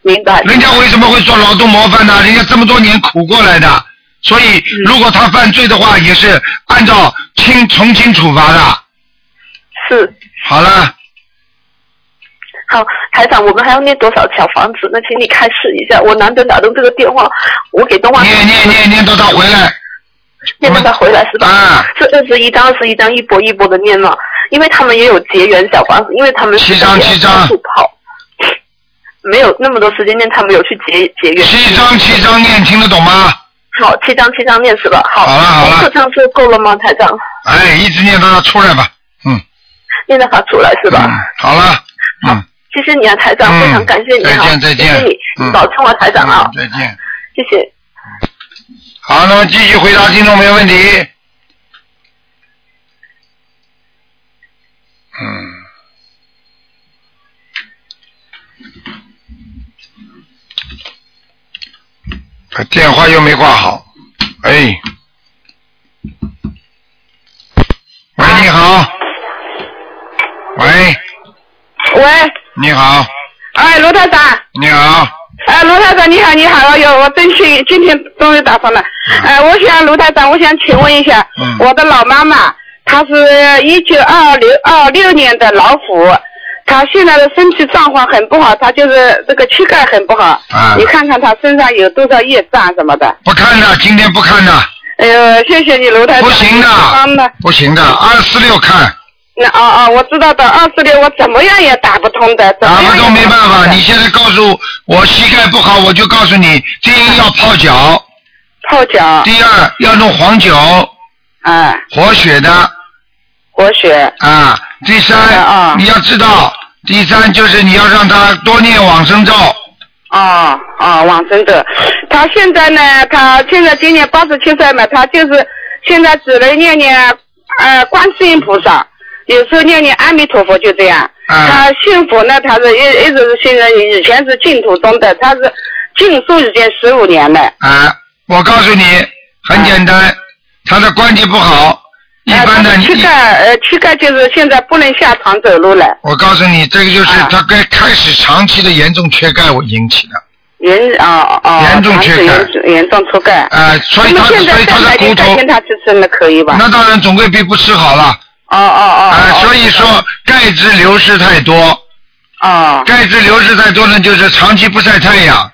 Speaker 5: 明白
Speaker 2: 人家为什么会做劳动模范呢？人家这么多年苦过来的，所以
Speaker 5: 嗯
Speaker 2: 如果他犯罪的话，也是按照轻从轻处罚的。
Speaker 5: 是
Speaker 2: 好了，
Speaker 5: 好，台长，我们还要念多少小房子？那请你开示一下，我难得打通这个电话，我给东方
Speaker 2: 念念念念到他回来，
Speaker 5: 念到他回来是吧？
Speaker 2: 啊
Speaker 5: 是二十一张，二十一张一波一波的念嘛，因为他们也有结缘小房子，因为他们
Speaker 2: 七张七张
Speaker 5: 不跑，没有那么多时间念，他们有去结结缘。
Speaker 2: 七张七张念，听得懂吗？
Speaker 5: 好，七张七张念是吧？好，
Speaker 2: 好了好了
Speaker 5: 这张是够了吗，台长？
Speaker 2: 哎，一直念到他出来吧，嗯，
Speaker 5: 念到他出来是吧？
Speaker 2: 嗯好了，嗯。
Speaker 5: 谢谢你啊，台长，
Speaker 2: 嗯
Speaker 5: 非常感谢你啊，
Speaker 2: 再见再见
Speaker 5: 谢谢你，
Speaker 2: 嗯
Speaker 5: 保重啊，台长啊
Speaker 2: 嗯，再见。
Speaker 5: 谢谢。
Speaker 2: 好，那么继续回答听众朋友问题。嗯。把啊电话又没挂好，哎。喂，
Speaker 6: 啊
Speaker 2: 你好。喂，
Speaker 6: 喂，
Speaker 2: 你好，
Speaker 6: 哎，罗台长，
Speaker 2: 你好，
Speaker 6: 哎，罗台长你好，你好，哎呦，我真幸，今天终于打通了。哎，我想罗台长，我想请问一下，
Speaker 2: 嗯
Speaker 6: 我的老妈妈，她是一九二六二六年的老虎，她现在的身体状况很不好，她就是这个膝盖很不好。
Speaker 2: 啊
Speaker 6: 你看看她身上有多少业障什么的。
Speaker 2: 不看了，今天不看了，
Speaker 6: 哎呦，谢谢你罗台长。
Speaker 2: 不行的
Speaker 6: 帮的。，
Speaker 2: 不行的，二四六看。
Speaker 6: 那哦哦，我知道的，二十六我怎么样也打不通的，怎
Speaker 2: 打
Speaker 6: 么
Speaker 2: 不
Speaker 6: 样也
Speaker 2: 通没办
Speaker 6: 打不
Speaker 2: 法，
Speaker 6: 通的
Speaker 2: 你现在告诉我膝盖不好，我就告诉你，第一要泡脚，
Speaker 6: 泡脚，
Speaker 2: 第二要弄黄酒，
Speaker 6: 啊，
Speaker 2: 活血的
Speaker 6: 活血，
Speaker 2: 啊。第
Speaker 6: 啊
Speaker 2: 三，你要知道，第三就是你要让他多念往生咒，
Speaker 6: 哦哦，往生者，他现在呢，他现在今年八十七岁嘛，他就是现在只能念念呃观世音菩萨，有时候念念阿弥陀佛，就这样。
Speaker 2: 啊
Speaker 6: 他信佛呢，他是一一直是信人，以前是净土宗的，他是净素已经十五年了。
Speaker 2: 啊。我告诉你，很简单，他的关节不好，一
Speaker 6: 呃
Speaker 2: 般
Speaker 6: 他
Speaker 2: 的你，
Speaker 6: 膝盖呃膝盖就是现在不能下床走路了，
Speaker 2: 我告诉你，这个就是
Speaker 6: 啊
Speaker 2: 他该开始长期的严重缺钙引起的。
Speaker 6: 严啊啊，
Speaker 2: 严重
Speaker 6: 肠
Speaker 2: 缺
Speaker 6: 子
Speaker 2: 钙
Speaker 6: 严重严重出钙。
Speaker 2: 啊，所以
Speaker 6: 那
Speaker 2: 他
Speaker 6: 么现
Speaker 2: 所
Speaker 6: 在
Speaker 2: 以他
Speaker 6: 蛋
Speaker 2: 的
Speaker 6: 白
Speaker 2: 骨
Speaker 6: 质改
Speaker 2: 头
Speaker 6: 天，他去吃那可以吧？
Speaker 2: 那当然总归比不吃好了。
Speaker 6: 哦哦哦。
Speaker 2: 啊、
Speaker 6: 哦
Speaker 2: 所以说钙质流失太多，
Speaker 6: 哦
Speaker 2: 钙质流失太多呢，就是长期不晒太阳。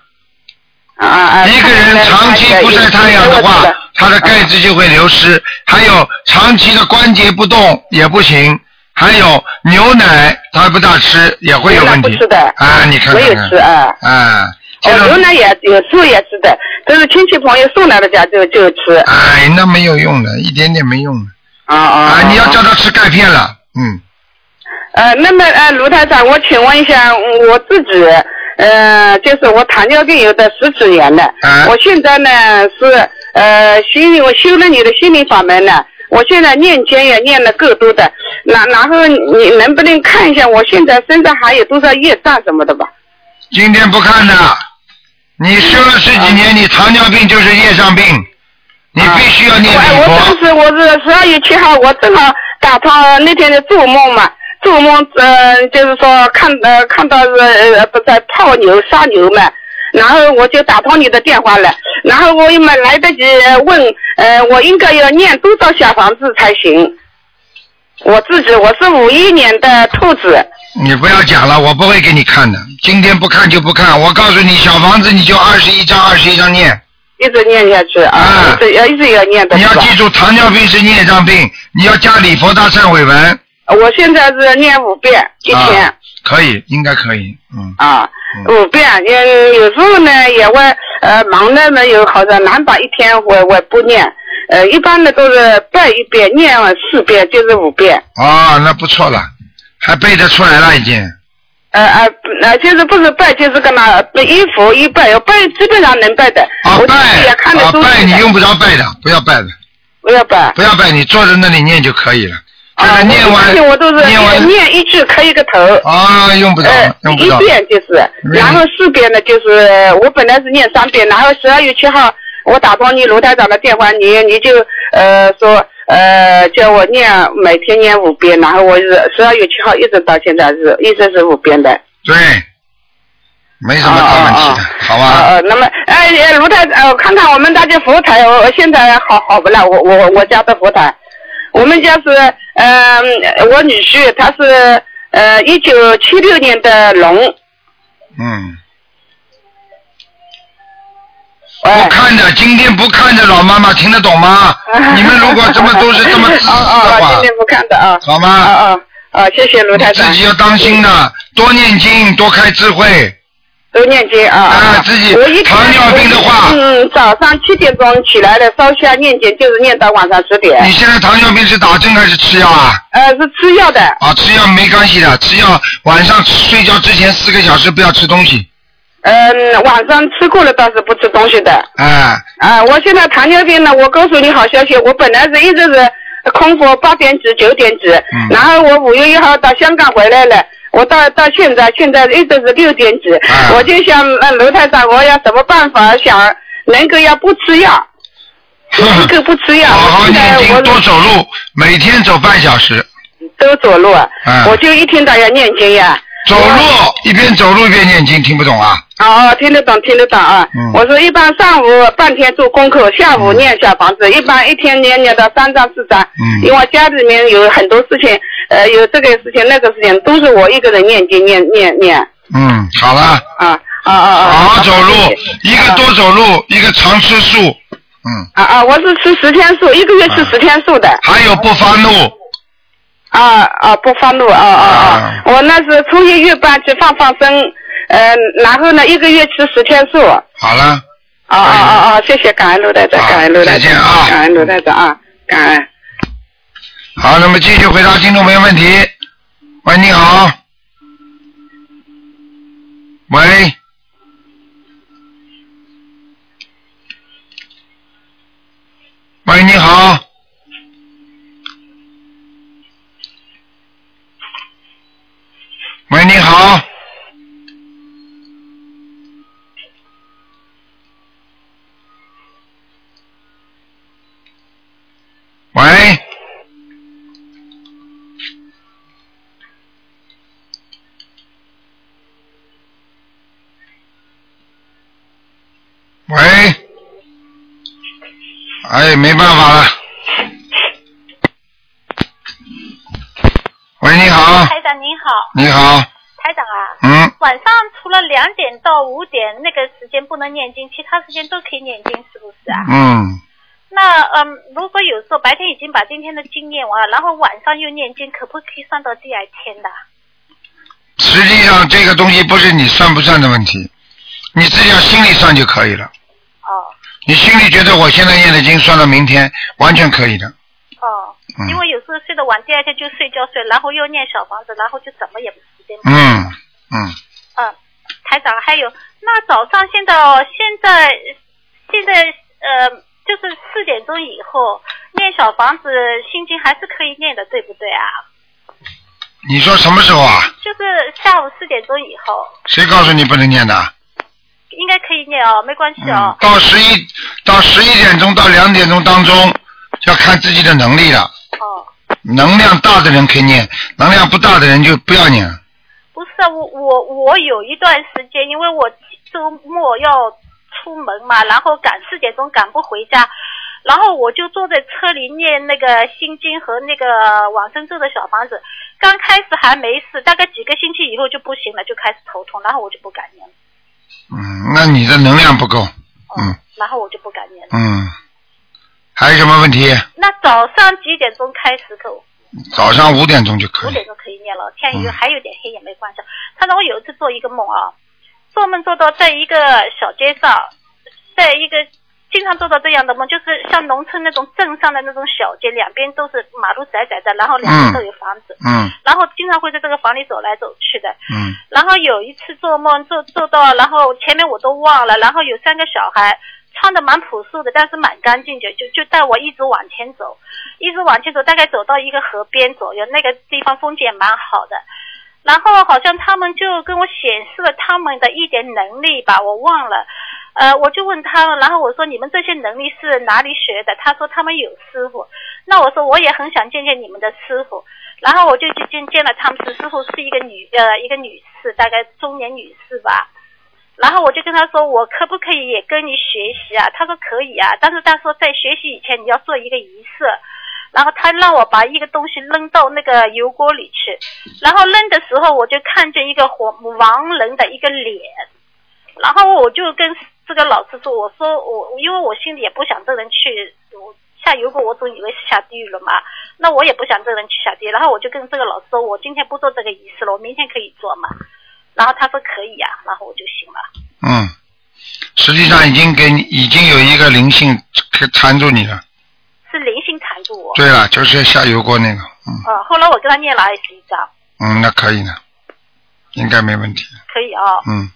Speaker 6: 啊啊！
Speaker 2: 一个人长期不晒太阳的话，他的钙质就会流失。还有长期的关节不动也不行。还有牛奶他不大吃也会有问题
Speaker 6: 牛奶不吃的。
Speaker 2: 啊，你看
Speaker 6: 我
Speaker 2: 看
Speaker 6: 有
Speaker 2: 看
Speaker 6: 吃啊。
Speaker 2: 啊，
Speaker 6: 哦
Speaker 2: 这，
Speaker 6: 牛
Speaker 2: 种
Speaker 6: 奶也有时候也吃的，都是亲戚朋友送来的家就就吃。啊
Speaker 2: 哎，那没有用的，一点点没用的。
Speaker 6: 啊！
Speaker 2: 啊，你要
Speaker 6: 哦
Speaker 2: 叫他吃钙片了，嗯。
Speaker 6: 呃，那么呃，卢台长，我请问一下嗯我自己，呃，就是我糖尿病有的十几年了，
Speaker 2: 啊
Speaker 6: 我现在呢是呃心灵，我修了你的心灵法门呢，我现在念经也念的够多的，然然后你能不能看一下我现在身上还有多少业障什么的吧？
Speaker 2: 今天不看的，你修了十几
Speaker 6: 啊
Speaker 2: 年，你糖尿病就是业障病，你必须要念
Speaker 6: 哎我
Speaker 2: 礼
Speaker 6: 我
Speaker 2: 佛。
Speaker 6: 当时我是十二月七号，我正好打通那天的做梦嘛，做梦，呃，就是说看呃看到呃不在泡牛杀牛嘛，然后我就打通你的电话了，然后我也没来得及问，呃，我应该要念多少小房子才行？我自己我是五一年的兔子，
Speaker 2: 你不要讲了，我不会给你看的。今天不看就不看，我告诉你，小房子你就二十一张，二十一张念。
Speaker 6: 一直念下去
Speaker 2: 啊
Speaker 6: 一直要一直要念的。
Speaker 2: 你要
Speaker 6: 是吧
Speaker 2: 记住，糖尿病是孽障病，你要加礼佛大忏悔文。
Speaker 6: 我现在是念五遍一天。
Speaker 2: 啊、可以，应该可以，嗯。
Speaker 6: 啊，
Speaker 2: 嗯
Speaker 6: 五遍，有呃有时候呢也会呃忙的呢，有好像难把一天我我不念，呃一般的都是拜一遍，念完四遍就是五遍，
Speaker 2: 哦，那不错了，还背得出来了已经。
Speaker 6: 呃呃呃就是不是拜就是干嘛，一佛一拜，我拜基本上能拜的，
Speaker 2: 啊
Speaker 6: 我自己
Speaker 2: 拜
Speaker 6: 也看得
Speaker 2: 啊
Speaker 6: 出来
Speaker 2: 拜，
Speaker 6: 的
Speaker 2: 你用不着拜的，不要拜的，
Speaker 6: 不要拜。
Speaker 2: 不要拜，你坐在那里念就可以了。这
Speaker 6: 啊
Speaker 2: 个，念
Speaker 6: 我
Speaker 2: 完，
Speaker 6: 自己我都是
Speaker 2: 念完
Speaker 6: 念一句磕一个头。
Speaker 2: 啊，用不着
Speaker 6: 呃，，
Speaker 2: 用不嗯
Speaker 6: 一
Speaker 2: 着。
Speaker 6: 遍就是，然后四遍呢，就是我本来是念三遍，然后十二月七号我打通你卢台长的电话，你你就呃说呃叫我念每天念五遍，然后我是十二月七号一直到现在是一直是五遍的。
Speaker 2: 对，没什
Speaker 6: 啊
Speaker 2: 么大问题的，好吧？
Speaker 6: 呃，那么哎哎卢台呃，看看我们大家佛台，我我现在好好不啦？我我我家的佛台，我们家是嗯、我女婿他是呃一九七六年的龙，
Speaker 2: 嗯，
Speaker 6: 哎
Speaker 2: 不。看着，今天不看着，老妈妈听得懂吗？ 你们如果这么都是这么自私的
Speaker 6: 哦哦，
Speaker 2: 话
Speaker 6: 今，天不看的啊。
Speaker 2: 好
Speaker 6: 哦
Speaker 2: 吗？
Speaker 6: 哦哦，谢谢卢
Speaker 2: 你
Speaker 6: 台长
Speaker 2: 自。己要当心的，多念经，多开智慧。
Speaker 6: 都念经啊。
Speaker 2: 啊自己
Speaker 6: 我一天
Speaker 2: 糖尿病的话
Speaker 6: 嗯，早上七点钟起来了，烧香念经，就是念到晚上十点。
Speaker 2: 你现在糖尿病是打针还是吃药 啊？
Speaker 6: 呃，是吃药的。
Speaker 2: 啊，吃药没关系的，吃药晚上睡觉之前四个小时不要吃东西。
Speaker 6: 嗯，晚上吃过了，倒是不吃东西的。
Speaker 2: 哎，
Speaker 6: 啊，我现在糖尿病呢，我告诉你好消息，我本来是一直是空腹八点几、九点几，
Speaker 2: 嗯
Speaker 6: 然后我五月一号到香港回来了。我到到现在，现在一直是六点几，
Speaker 2: 啊
Speaker 6: 我就想，呃，卢台长，我要什么办法想能够要不吃 药，能够不吃药？
Speaker 2: 好好
Speaker 6: 现在
Speaker 2: 念
Speaker 6: 我
Speaker 2: 经，多走路，每天走半小时，
Speaker 6: 都走路，
Speaker 2: 啊
Speaker 6: 我就一天到晚念经呀。
Speaker 2: 走路啊一边走路一边念经，听不懂啊？
Speaker 6: 哦，听得懂，听得懂啊！
Speaker 2: 嗯
Speaker 6: 我说一般上午半天做功课，下午念小房子，一般一天念念到三张四张。
Speaker 2: 嗯
Speaker 6: 因为家里面有很多事情，呃，有这个事情那个事情，都是我一个人念经念念念
Speaker 2: 嗯，好了，
Speaker 6: 啊啊啊啊！
Speaker 2: 好好走路
Speaker 6: 谢谢，
Speaker 2: 一个多走路，一个常吃素，嗯，
Speaker 6: 啊啊！我是吃十天素，一个月吃十天素的。
Speaker 2: 还有不发怒，
Speaker 6: 啊啊，不发怒啊啊
Speaker 2: 啊
Speaker 6: 啊！我那是初一月半去放放生，呃，然后呢，一个月吃十天素。
Speaker 2: 好了，
Speaker 6: 啊啊啊啊！谢谢，感恩卢台长，
Speaker 2: 好
Speaker 6: 感恩卢台
Speaker 2: 再
Speaker 6: 长，
Speaker 2: 见啊
Speaker 6: 感恩卢台长啊，感恩。
Speaker 2: 好，那么继续回答听众朋友问题。喂，你好。喂。喂，你好。喂，你好。喂。喂，哎，没办法了。喂，你好，
Speaker 7: 哎台长您好，
Speaker 2: 你好，
Speaker 7: 台长啊，
Speaker 2: 嗯，
Speaker 7: 晚上除了两点到五点那个时间不能念经，其他时间都可以念经，是不是啊？
Speaker 2: 嗯，
Speaker 7: 那嗯，如果有时候白天已经把今天的经念完了，然后晚上又念经，可不可以算到第二天的？
Speaker 2: 实际上这个东西不是你算不算的问题，你自己要心里算就可以了。
Speaker 7: 哦
Speaker 2: 你心里觉得我现在念的经算到明天，完全可以的。
Speaker 7: 哦，
Speaker 2: 嗯
Speaker 7: 因为有时候睡得晚，第二天就睡觉睡，然后又念小房子，然后就怎么也不时间。
Speaker 2: 嗯嗯，
Speaker 7: 嗯，台长，还有那早上现在哦，现在现在呃，就是四点钟以后念小房子心经还是可以念的，对不对啊？
Speaker 2: 你说什么时候啊？
Speaker 7: 就是下午四点钟以后
Speaker 2: 谁告诉你不能念的？
Speaker 7: 应该可以念哦，没关系
Speaker 2: 嗯
Speaker 7: 哦。，
Speaker 2: 到十一到十一点钟到两点钟当中，要看自己的能力了。
Speaker 7: 哦，
Speaker 2: 能量大的人可以念，能量不大的人就不要念。
Speaker 7: 不是啊，我我我有一段时间，因为我周末要出门嘛，然后赶四点钟赶不回家，然后我就坐在车里念那个心经和那个往生咒的小房子。刚开始还没事，大概几个星期以后就不行了，就开始头痛，然后我就不敢念了，
Speaker 2: 嗯，那你的能量不够。嗯
Speaker 7: 然后我就不敢念了。
Speaker 2: 嗯，还有什么问题？
Speaker 7: 那早上几点钟开始可
Speaker 2: 早上五点钟就可
Speaker 7: 五
Speaker 2: 以。
Speaker 7: 点钟可以念了，天有
Speaker 2: 嗯
Speaker 7: 还有点黑也没关系。他让我有一次做一个梦啊，做梦做到在一个小街上，在一个经常做到这样的梦，就是像农村那种镇上的那种小街，两边都是马路窄窄的，然后两边都有房子，
Speaker 2: 嗯
Speaker 7: 然后经常会在这个房里走来走去的。
Speaker 2: 嗯
Speaker 7: 然后有一次做梦做做到，然后前面我都忘了，然后有三个小孩穿的蛮朴素的，但是蛮干净的，就就带我一直往前走，一直往前走，大概走到一个河边左右，那个地方风景也蛮好的。然后好像他们就跟我显示了他们的一点能力吧，我忘了。呃，我就问他们，然后我说你们这些能力是哪里学的？他说他们有师傅。那我说我也很想见见你们的师傅。然后我就去见见了他们师师傅是一个女呃一个女士，大概中年女士吧。然后我就跟她说，我可不可以也跟你学习啊？她说可以啊，但是她说在学习以前你要做一个仪式。然后她让我把一个东西扔到那个油锅里去，然后扔的时候我就看见一个活亡人的一个脸，然后我就跟这个老师说，我说我因为我心里也不想这人去，我下油锅我总以为是下地狱了嘛，那我也不想这个人去下地，然后我就跟这个老师说，我今天不做这个仪式了，我明天可以做嘛。然后他说可以呀、然后我就行了。
Speaker 2: 嗯，实际上已经给你已经有一个灵性缠住你了。
Speaker 7: 是灵性缠住我。
Speaker 2: 对了，就是下油锅那个。嗯
Speaker 7: 呃，后来我跟他念了二十一章，
Speaker 2: 嗯，那可以呢，应该没问题。
Speaker 7: 可以哦，
Speaker 2: 嗯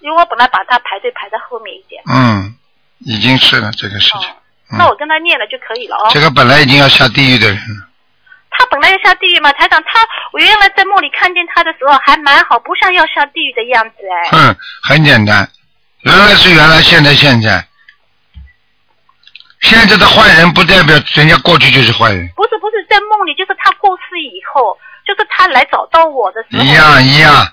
Speaker 7: 因为我本来把他排队排在后面一点。
Speaker 2: 嗯，已经是了这个事
Speaker 7: 哦
Speaker 2: 情。、嗯
Speaker 7: 那我跟他念了就可以了哦。
Speaker 2: 这个本来已经要下地狱的人了，
Speaker 7: 他本来要下地狱嘛，台长，他我原来在梦里看见他的时候还蛮好，不像要下地狱的样子哎。
Speaker 2: 哼，很简单，原来是原来，现在现在，现在的坏人不代表人家过去就是坏人，
Speaker 7: 不是不是，在梦里就是他过世以后，就是他来找到我的时候，
Speaker 2: 一样一样，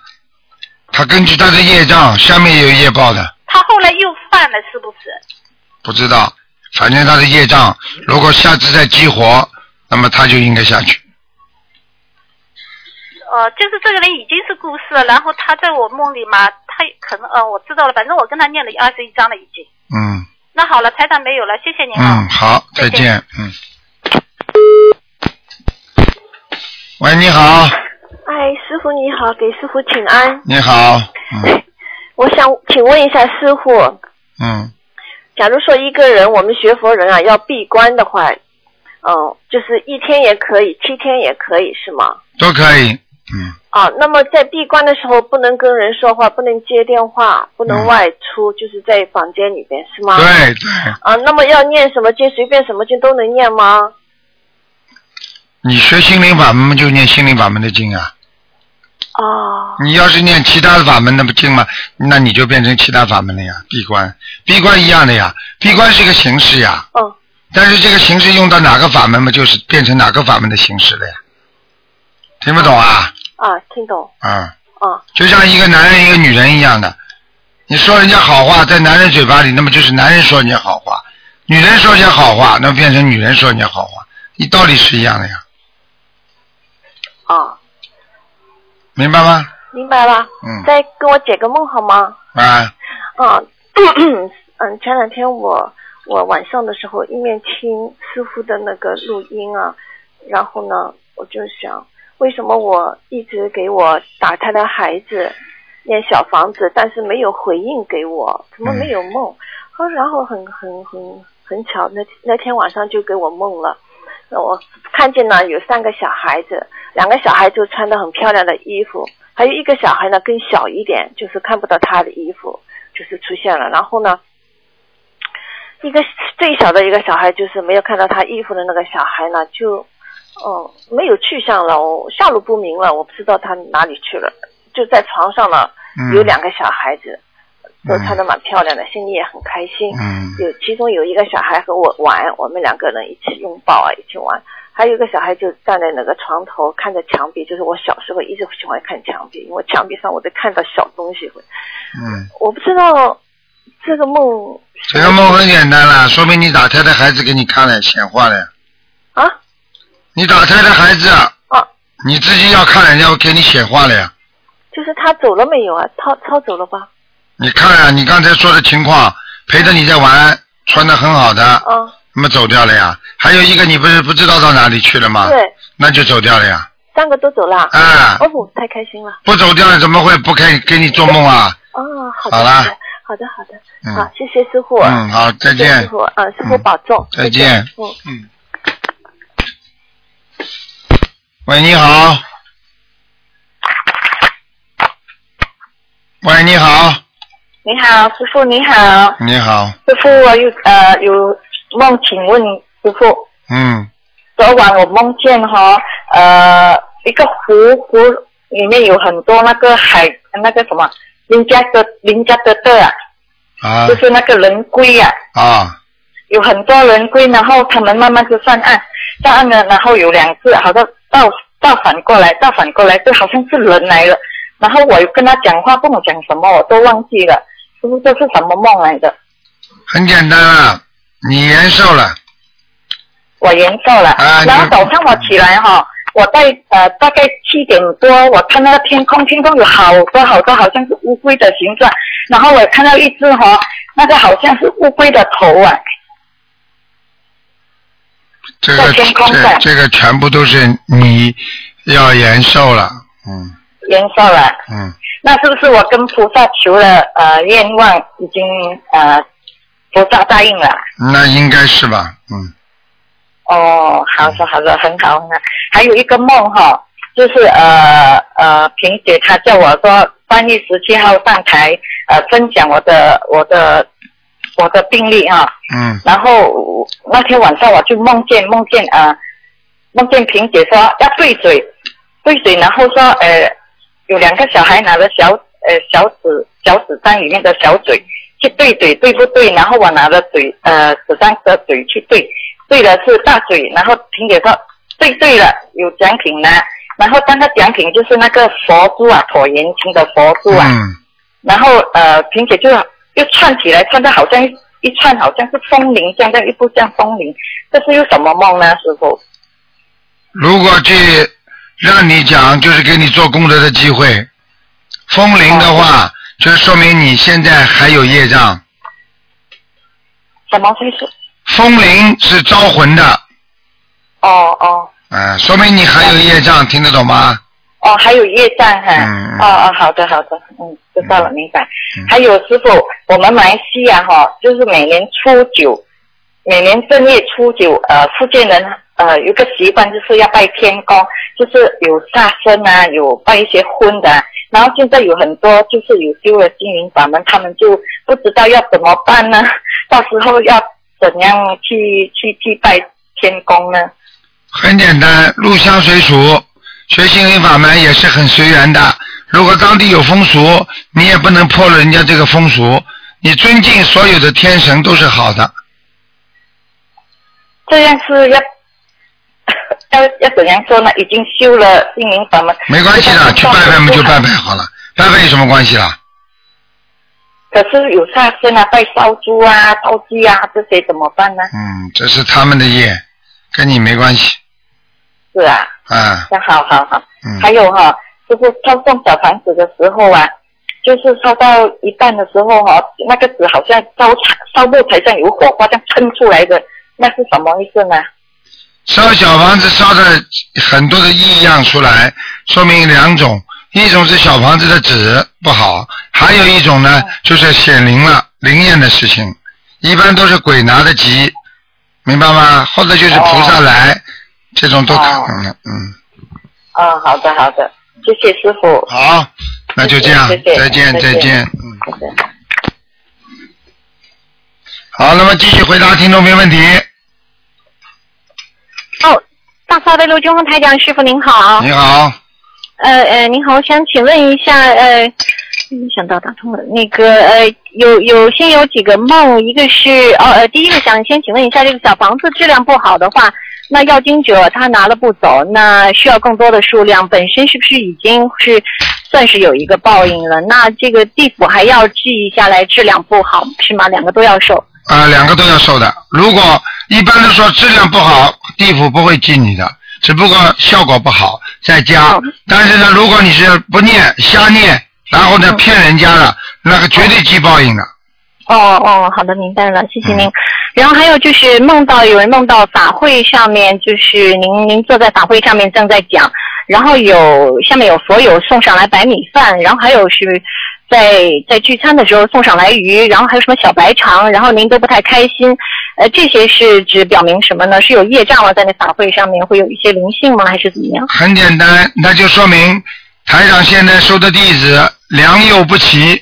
Speaker 2: 他根据他的业障，下面也有业报的，
Speaker 7: 他后来又犯了，是不是？
Speaker 2: 不知道，反正他的业障，如果下次再激活，那么他就应该下去，
Speaker 7: 呃，就是这个人已经是故事了，然后他在我梦里嘛，他可能呃，我知道了，反正我跟他念了二十一章了已经。
Speaker 2: 嗯
Speaker 7: 那好了，台长没有了，谢谢您啊。
Speaker 2: 嗯，好，再
Speaker 7: 再
Speaker 2: 见，嗯。喂，你好，
Speaker 8: 哎，师傅你好，给师傅请安。
Speaker 2: 你好，嗯
Speaker 8: 我想请问一下师傅，
Speaker 2: 嗯
Speaker 8: 假如说一个人，我们学佛人啊，要闭关的话，嗯、就是一天也可以，七天也可以，是吗？
Speaker 2: 都可以，嗯
Speaker 8: 啊，那么在闭关的时候，不能跟人说话，不能接电话，不能
Speaker 2: 嗯
Speaker 8: 外出，就是在房间里边，是吗？
Speaker 2: 对对，
Speaker 8: 啊，那么要念什么经，随便什么经都能念吗？
Speaker 2: 你学心灵法门就念心灵法门的经啊，
Speaker 9: 哦
Speaker 8: 啊，
Speaker 2: 你要是念其他的法门那不经嘛，那你就变成其他法门了呀，闭关，闭关一样的呀，闭关是一个形式呀，
Speaker 8: 嗯，
Speaker 2: 但是这个形式用到哪个法门嘛，就是变成哪个法门的形式了呀，听不懂啊？
Speaker 8: 啊，听懂，
Speaker 2: 啊、
Speaker 8: 啊，
Speaker 2: 就像一个男人一个女人一样的，你说人家好话在男人嘴巴里，那么就是男人说人家好话，女人说人家好话，那变成女人说人家好话，你道理是一样的呀，
Speaker 8: 啊，
Speaker 2: 明白吗？
Speaker 8: 明白了。
Speaker 2: 嗯
Speaker 8: 再跟我解个梦好吗？
Speaker 2: 啊，
Speaker 8: 啊， 嗯，前两天我我晚上的时候一面听师傅的那个录音啊，然后呢，我就想，为什么我一直给我打胎的孩子念小房子，但是没有回应给我，怎
Speaker 2: 嗯
Speaker 8: 么没有梦？后然后很很很很巧，那那天晚上就给我梦了。那我看见呢有三个小孩子，两个小孩就穿的很漂亮的衣服，还有一个小孩呢更小一点，就是看不到他的衣服。就是出现了。然后呢，一个最小的一个小孩，就是没有看到他衣服的那个小孩呢，就哦、没有去向了，我下落不明了，我不知道他哪里去了，就在床上呢，
Speaker 2: 嗯，
Speaker 8: 有两个小孩子，都穿的
Speaker 2: 嗯
Speaker 8: 蛮漂亮的，心里也很开心。
Speaker 2: 嗯
Speaker 8: 有其中有一个小孩和我玩，我们两个人一起拥抱啊，一起玩。还有一个小孩就站在那个床头看着墙壁，就是我小时候一直喜欢看墙壁，因为墙壁上我都看到小东西会。
Speaker 2: 嗯，
Speaker 8: 我不知道这个梦
Speaker 2: 这个梦很简单了，说明你打胎的孩子给你看了显化了。
Speaker 8: 啊
Speaker 2: 你打胎的孩子，
Speaker 8: 啊，
Speaker 2: 你自己要看，人家给你显化了呀。
Speaker 8: 就是他走了没有啊？超超走了吧？
Speaker 2: 你看啊，你刚才说的情况，陪着你在玩，穿的很好的，
Speaker 8: 啊，
Speaker 2: 那么走掉了呀。还有一个你不是不知道到哪里去了吗？
Speaker 8: 对，
Speaker 2: 那就走掉了呀。
Speaker 8: 三个都走了。
Speaker 2: 啊，
Speaker 8: 哦不，太开心了。
Speaker 2: 不走掉了怎么会不给给你做梦啊？
Speaker 8: 啊，好的，
Speaker 2: 好啦
Speaker 8: 好的，好的，
Speaker 2: 嗯
Speaker 8: 好，谢谢师傅。啊
Speaker 2: 嗯，好，再
Speaker 8: 谢谢
Speaker 2: 见
Speaker 8: 师。傅，嗯，师傅
Speaker 2: 嗯
Speaker 8: 保重。
Speaker 2: 再见。
Speaker 8: 嗯。
Speaker 2: 嗯。喂，你好。喂，你好，
Speaker 10: 你好，师傅你好，
Speaker 2: 你好，
Speaker 10: 师傅我有呃有梦，请问师傅，
Speaker 2: 嗯，
Speaker 10: 昨晚我梦见哈呃一个湖湖里面有很多那个海那个什么林家的林家的的啊，
Speaker 2: 啊
Speaker 10: 就是那个人龟啊，
Speaker 2: 啊，
Speaker 10: 有很多人龟，然后他们慢慢就上岸，上岸了，然后有两次好像倒倒反过来，倒反过来，这好像是人来了，然后我有跟他讲话，跟我讲什么我都忘记了，师傅这是什么梦来的？
Speaker 2: 很简单啊，你延寿了，
Speaker 10: 我延寿了。
Speaker 2: 啊
Speaker 10: 然后
Speaker 2: 你
Speaker 10: 早上我起来哈、我在呃大概七点多，我看那个天空，天空有好多好多好像是乌龟的形状，然后我看到一只哈、那个好像是乌龟的头啊，
Speaker 2: 这个
Speaker 10: 在天空
Speaker 2: 这
Speaker 10: 上
Speaker 2: 这个全部都是你要延寿了，嗯
Speaker 10: 延寿了。
Speaker 2: 嗯，
Speaker 10: 那是不是我跟菩萨求了呃愿望已经呃菩萨答应了？
Speaker 2: 那应该是吧，嗯
Speaker 10: 哦，好的好的，很好很好。还有一个梦哈，就是呃呃，萍姐她叫我说三月十七号上台呃分享我的我的我的病历啊，
Speaker 2: 嗯
Speaker 10: 然后我那天晚上我就梦见梦见呃梦见萍姐说要对嘴对嘴，然后说呃有两个小孩拿着小呃小纸小纸张里面的小嘴去对嘴对不对？然后我拿着嘴呃纸张的嘴去对，对的是大嘴，然后萍姐说对对了有奖品拿，然后当个奖品就是那个佛珠啊，椭圆形的佛珠啊。
Speaker 2: 嗯
Speaker 10: 然后呃，萍姐就又串起来，串的好像一一串，好像是风铃，像但又不像风铃，这是又什么梦呢，师傅？
Speaker 2: 如果去让你讲，就是给你做功德的机会。风铃的话，
Speaker 10: 啊
Speaker 2: 就说明你现在还有业障。
Speaker 10: 什么会是？
Speaker 2: 风铃是招魂的，
Speaker 10: 哦哦
Speaker 2: 嗯、说明你还有业障，听得懂吗？
Speaker 10: 哦，还有业障哈、
Speaker 2: 嗯
Speaker 10: 哦哦，好的好的，嗯，知道了，明白
Speaker 2: 嗯。
Speaker 10: 还有师傅，我们马来西亚哈、就是每年初九，每年正月初九，呃，福建人呃有一个习惯就是要拜天公，就是有杀生啊，有拜一些荤的啊、然后现在有很多就是有修了心灵法门，他们就不知道要怎么办呢？到时候要怎样去去去拜天公呢？
Speaker 2: 很简单，入乡随俗，学心灵法门也是很随缘的。如果当地有风俗，你也不能破了人家这个风俗。你尊敬所有的天神都是好的，
Speaker 10: 这样是要要要怎样说呢？已经修了心灵法门，
Speaker 2: 没关系的，去拜拜嘛就拜拜。好了，拜拜有什么关系啦？
Speaker 10: 可是有杀生啊，拜烧猪啊、烧鸡啊这些怎么办呢？
Speaker 2: 嗯，这是他们的业，跟你没关系
Speaker 10: 是啊，
Speaker 2: 啊。
Speaker 10: 那好好好。
Speaker 2: 嗯
Speaker 10: 还有哈、就是操送小房子的时候啊，就是烧到一半的时候哈、那个纸好像烧柴烧木台上有火花，这样喷出来的，那是什么意思呢？
Speaker 2: 烧小房子烧的很多的异样出来，说明两种，一种是小房子的纸不好，还有一种呢
Speaker 10: 嗯
Speaker 2: 就是显灵了灵验的事情，一般都是鬼拿的急，明白吗？或者
Speaker 10: 哦
Speaker 2: 就是菩萨来，这种都可能的。嗯，
Speaker 10: 啊、好的好的，谢谢师傅。
Speaker 2: 好，那就这样
Speaker 10: 谢，谢
Speaker 2: 再见
Speaker 10: 再
Speaker 2: 再
Speaker 10: 见
Speaker 2: 见，嗯，
Speaker 10: 好的。
Speaker 2: 好，那么继续回答听众没问题。
Speaker 9: 哦，大发的陆中红台长师傅您好。
Speaker 2: 你好，
Speaker 9: 呃呃，您好，我想请问一下，呃，没想到打通了。那个呃，有有先有几个梦，一个是哦呃，第一个想先请问一下，这个小房子质量不好的话，那要经者他拿了不走，那需要更多的数量，本身是不是已经是算是有一个报应了？那这个地府还要记下来，质量不好是吗？两个都要受。
Speaker 2: 啊，两个都要受的。如果一般的说质量不好，地府不会记你的，只不过效果不好再加。但是呢，如果你是不念瞎念，然后呢骗人家的，那个绝对记报应的。
Speaker 9: 哦哦，好的，明白了，谢谢您。然后还有就是梦到有人梦到法会上面，就是您您坐在法会上面正在讲，然后有下面有佛友送上来白米饭，然后还有是在在聚餐的时候送上来鱼，然后还有什么小白肠，然后您都不太开心，呃，这些是指表明什么呢？是有业障了，在那法会上面会有一些灵性吗？还是怎么样？
Speaker 2: 很简单，那就说明台长现在收的弟子良莠不齐，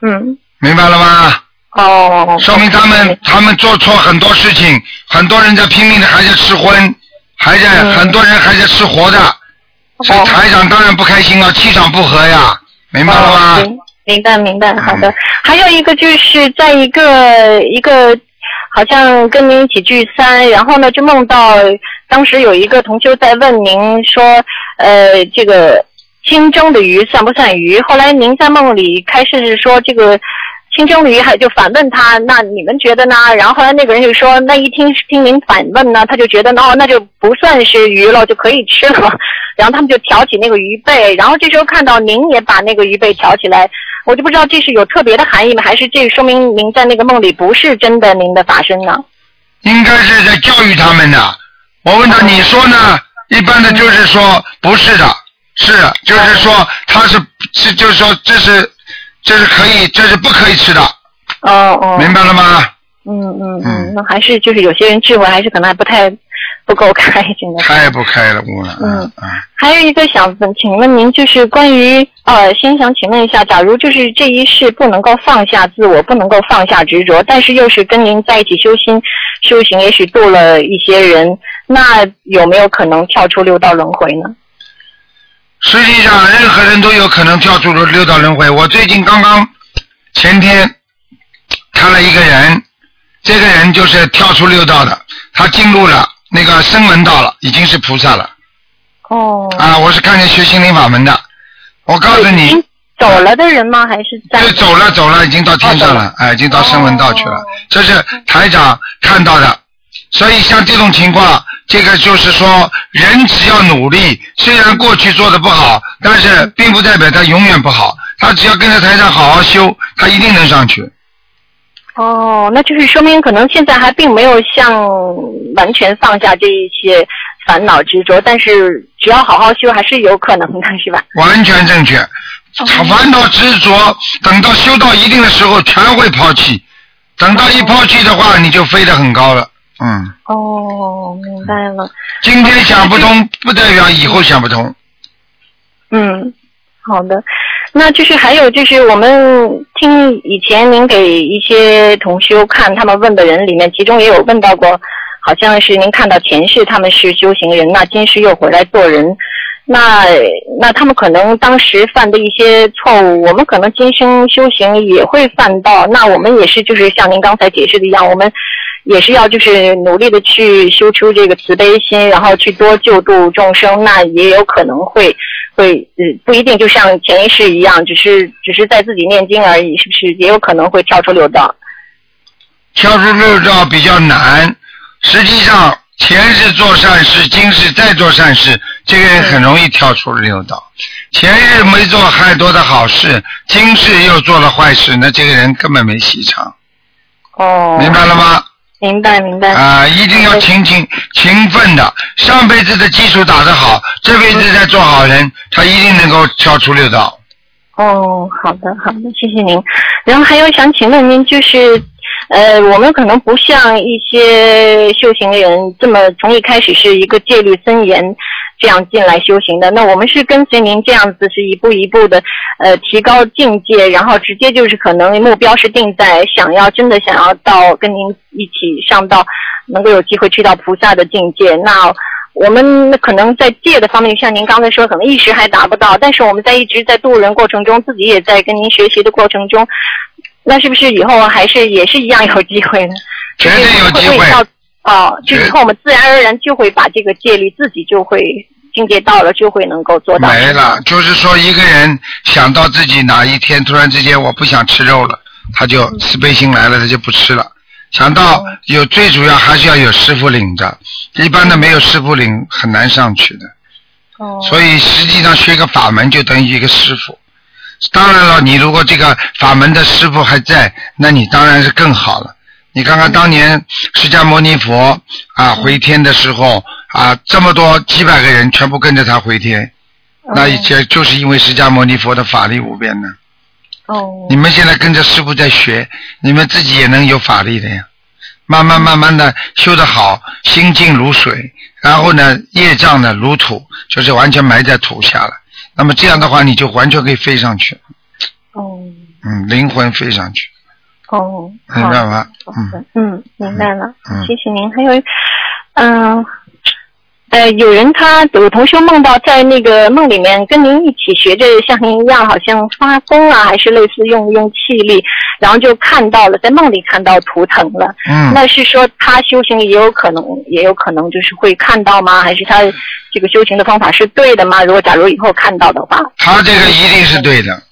Speaker 9: 嗯，
Speaker 2: 明白了吗？
Speaker 9: 哦，
Speaker 2: 说明他们他们做错很多事情，很多人在拼命的还在吃荤，还在、
Speaker 9: 嗯
Speaker 2: 很多人还在吃活的，所
Speaker 9: 哦
Speaker 2: 以台长当然不开心了，气场不合呀，明白了吗？嗯
Speaker 9: 哦明明白明白，好的。还有一个就是在一个一个好像跟您一起聚餐，然后呢就梦到当时有一个同修在问您说，呃，这个清蒸的鱼算不算鱼？后来您在梦里开始是说这个。清蒸鱼还就反问他，那你们觉得呢？然后后来那个人就说，那一听听您反问呢，他就觉得哦，那就不算是鱼了，就可以吃了。 然后他们就挑起那个鱼背，然后这时候看到您也把那个鱼背挑起来，我就不知道这是有特别的含义吗？还是这说明您在那个梦里不是真的您的法身呢？
Speaker 2: 应该是在教育他们的。我问
Speaker 9: 哦
Speaker 2: 他，你说呢？一般的就是说不是的，是就是
Speaker 9: 哦
Speaker 2: 说他是是就是说这是这是可以这是不可以吃的，
Speaker 9: 哦哦，
Speaker 2: 明白了吗？
Speaker 9: 嗯嗯嗯，那还是就是有些人智慧还是可能还不太不够开，真的。
Speaker 2: 开不开了，哎悟了。
Speaker 9: 嗯，还有一个想问，请问您就是关于呃，先想请问一下，假如就是这一世不能够放下自我，不能够放下执着，但是又是跟您在一起修心修行，也许度了一些人，那有没有可能跳出六道轮回呢？
Speaker 2: 实际上，任何人都有可能跳出六道轮回。我最近刚刚前天看了一个人，这个人就是跳出六道的，他进入了那个声闻道了，已经是菩萨了。
Speaker 9: 哦。
Speaker 2: 啊，我是看见学心灵法门的。我告诉你，
Speaker 9: 走了的人吗？还是在？
Speaker 2: 对，哎走了走了，已经到天上了，哦哎，已经到声闻道去了。这是台长看到的，所以像这种情况，这个就是说，人只要努力，虽然过去做的不好，但是并不代表他永远不好。他只要跟着台长好好修，他一定能上去。
Speaker 9: 哦，那就是说明可能现在还并没有像完全放下这一些烦恼执着，但是只要好好修，还是有可能的，是吧？
Speaker 2: 完全正确。烦恼执着，等到修到一定的时候，全会抛弃。等到一抛弃的话，你就飞得很高了。嗯，
Speaker 9: 哦，明白了。
Speaker 2: 今天想不通，不代表以后想不通。
Speaker 9: 嗯，好的。那就是还有就是我们听以前您给一些同修看他们问的人里面，其中也有问到过，好像是您看到前世他们是修行人，那今世又回来做人。那那他们可能当时犯的一些错误，我们可能今生修行也会犯到。那我们也是就是像您刚才解释的一样，我们也是要就是努力的去修出这个慈悲心，然后去多救度众生。那也有可能会会呃不一定就像前一世一样，只是只是在自己念经而已，是不是也有可能会跳出六道？
Speaker 2: 跳出六道比较难。实际上，前世做善事，今世再做善事，这个人很容易跳出六道。前世没做太多的好事，今世又做了坏事，那这个人根本没戏唱。
Speaker 9: 哦，
Speaker 2: 明白了吗？
Speaker 9: 明白明白。
Speaker 2: 啊、一定要勤勤勤奋的，上辈子的基础打得好，这辈子再做好人，他一定能够跳出六道。
Speaker 9: 哦，好的，好的，谢谢您。然后还有想请问您，就是呃，我们可能不像一些修行人这么从一开始是一个戒律森严这样进来修行的，那我们是跟随您这样子是一步一步的呃提高境界，然后直接就是可能目标是定在想要真的想要到跟您一起上到能够有机会去到菩萨的境界，那。我们可能在戒的方面，像您刚才说，可能一时还达不到，但是我们在一直在渡人过程中，自己也在跟您学习的过程中，那是不是以后还是也是一样有机会呢？
Speaker 2: 绝对有机
Speaker 9: 会不会到哦，就是说我们自然而然就会把这个戒律自己就会境界到了，就会能够做到。
Speaker 2: 没了，就是说一个人想到自己哪一天突然之间我不想吃肉了，他就慈悲心来了，他就不吃了。想到有最主要还是要有师傅领着，一般的没有师傅领很难上去的。
Speaker 9: 哦。
Speaker 2: 所以实际上学个法门就等于一个师傅。当然了，你如果这个法门的师傅还在，那你当然是更好了。你看看当年释迦牟尼佛啊回天的时候啊，这么多几百个人全部跟着他回天，那以前就是因为释迦牟尼佛的法力无边呢。
Speaker 9: 哦。
Speaker 2: 你们现在跟着师傅在学，你们自己也能有法力的呀。慢
Speaker 9: 嗯
Speaker 2: 慢慢慢的修得好，心静如水，然后呢，业障呢如土，就是完全埋在土下了。那么这样的话，你就完全可以飞上去，
Speaker 9: 哦
Speaker 2: 嗯，灵魂飞上去，
Speaker 9: 哦，
Speaker 2: 明
Speaker 9: 好
Speaker 2: 白吗？嗯，
Speaker 9: 嗯，明白了，
Speaker 2: 嗯
Speaker 9: 谢谢您。还有，嗯、呃，有人他有同学梦到在那个梦里面跟您一起学着像您一样，好像发功啊，还是类似用用气力，然后就看到了在梦里看到图腾了。
Speaker 2: 嗯
Speaker 9: 那是说他修行也有可能，也有可能就是会看到吗？还是他这个修行的方法是对的吗？如果假如以后看到的话，
Speaker 2: 他这个一定是对的。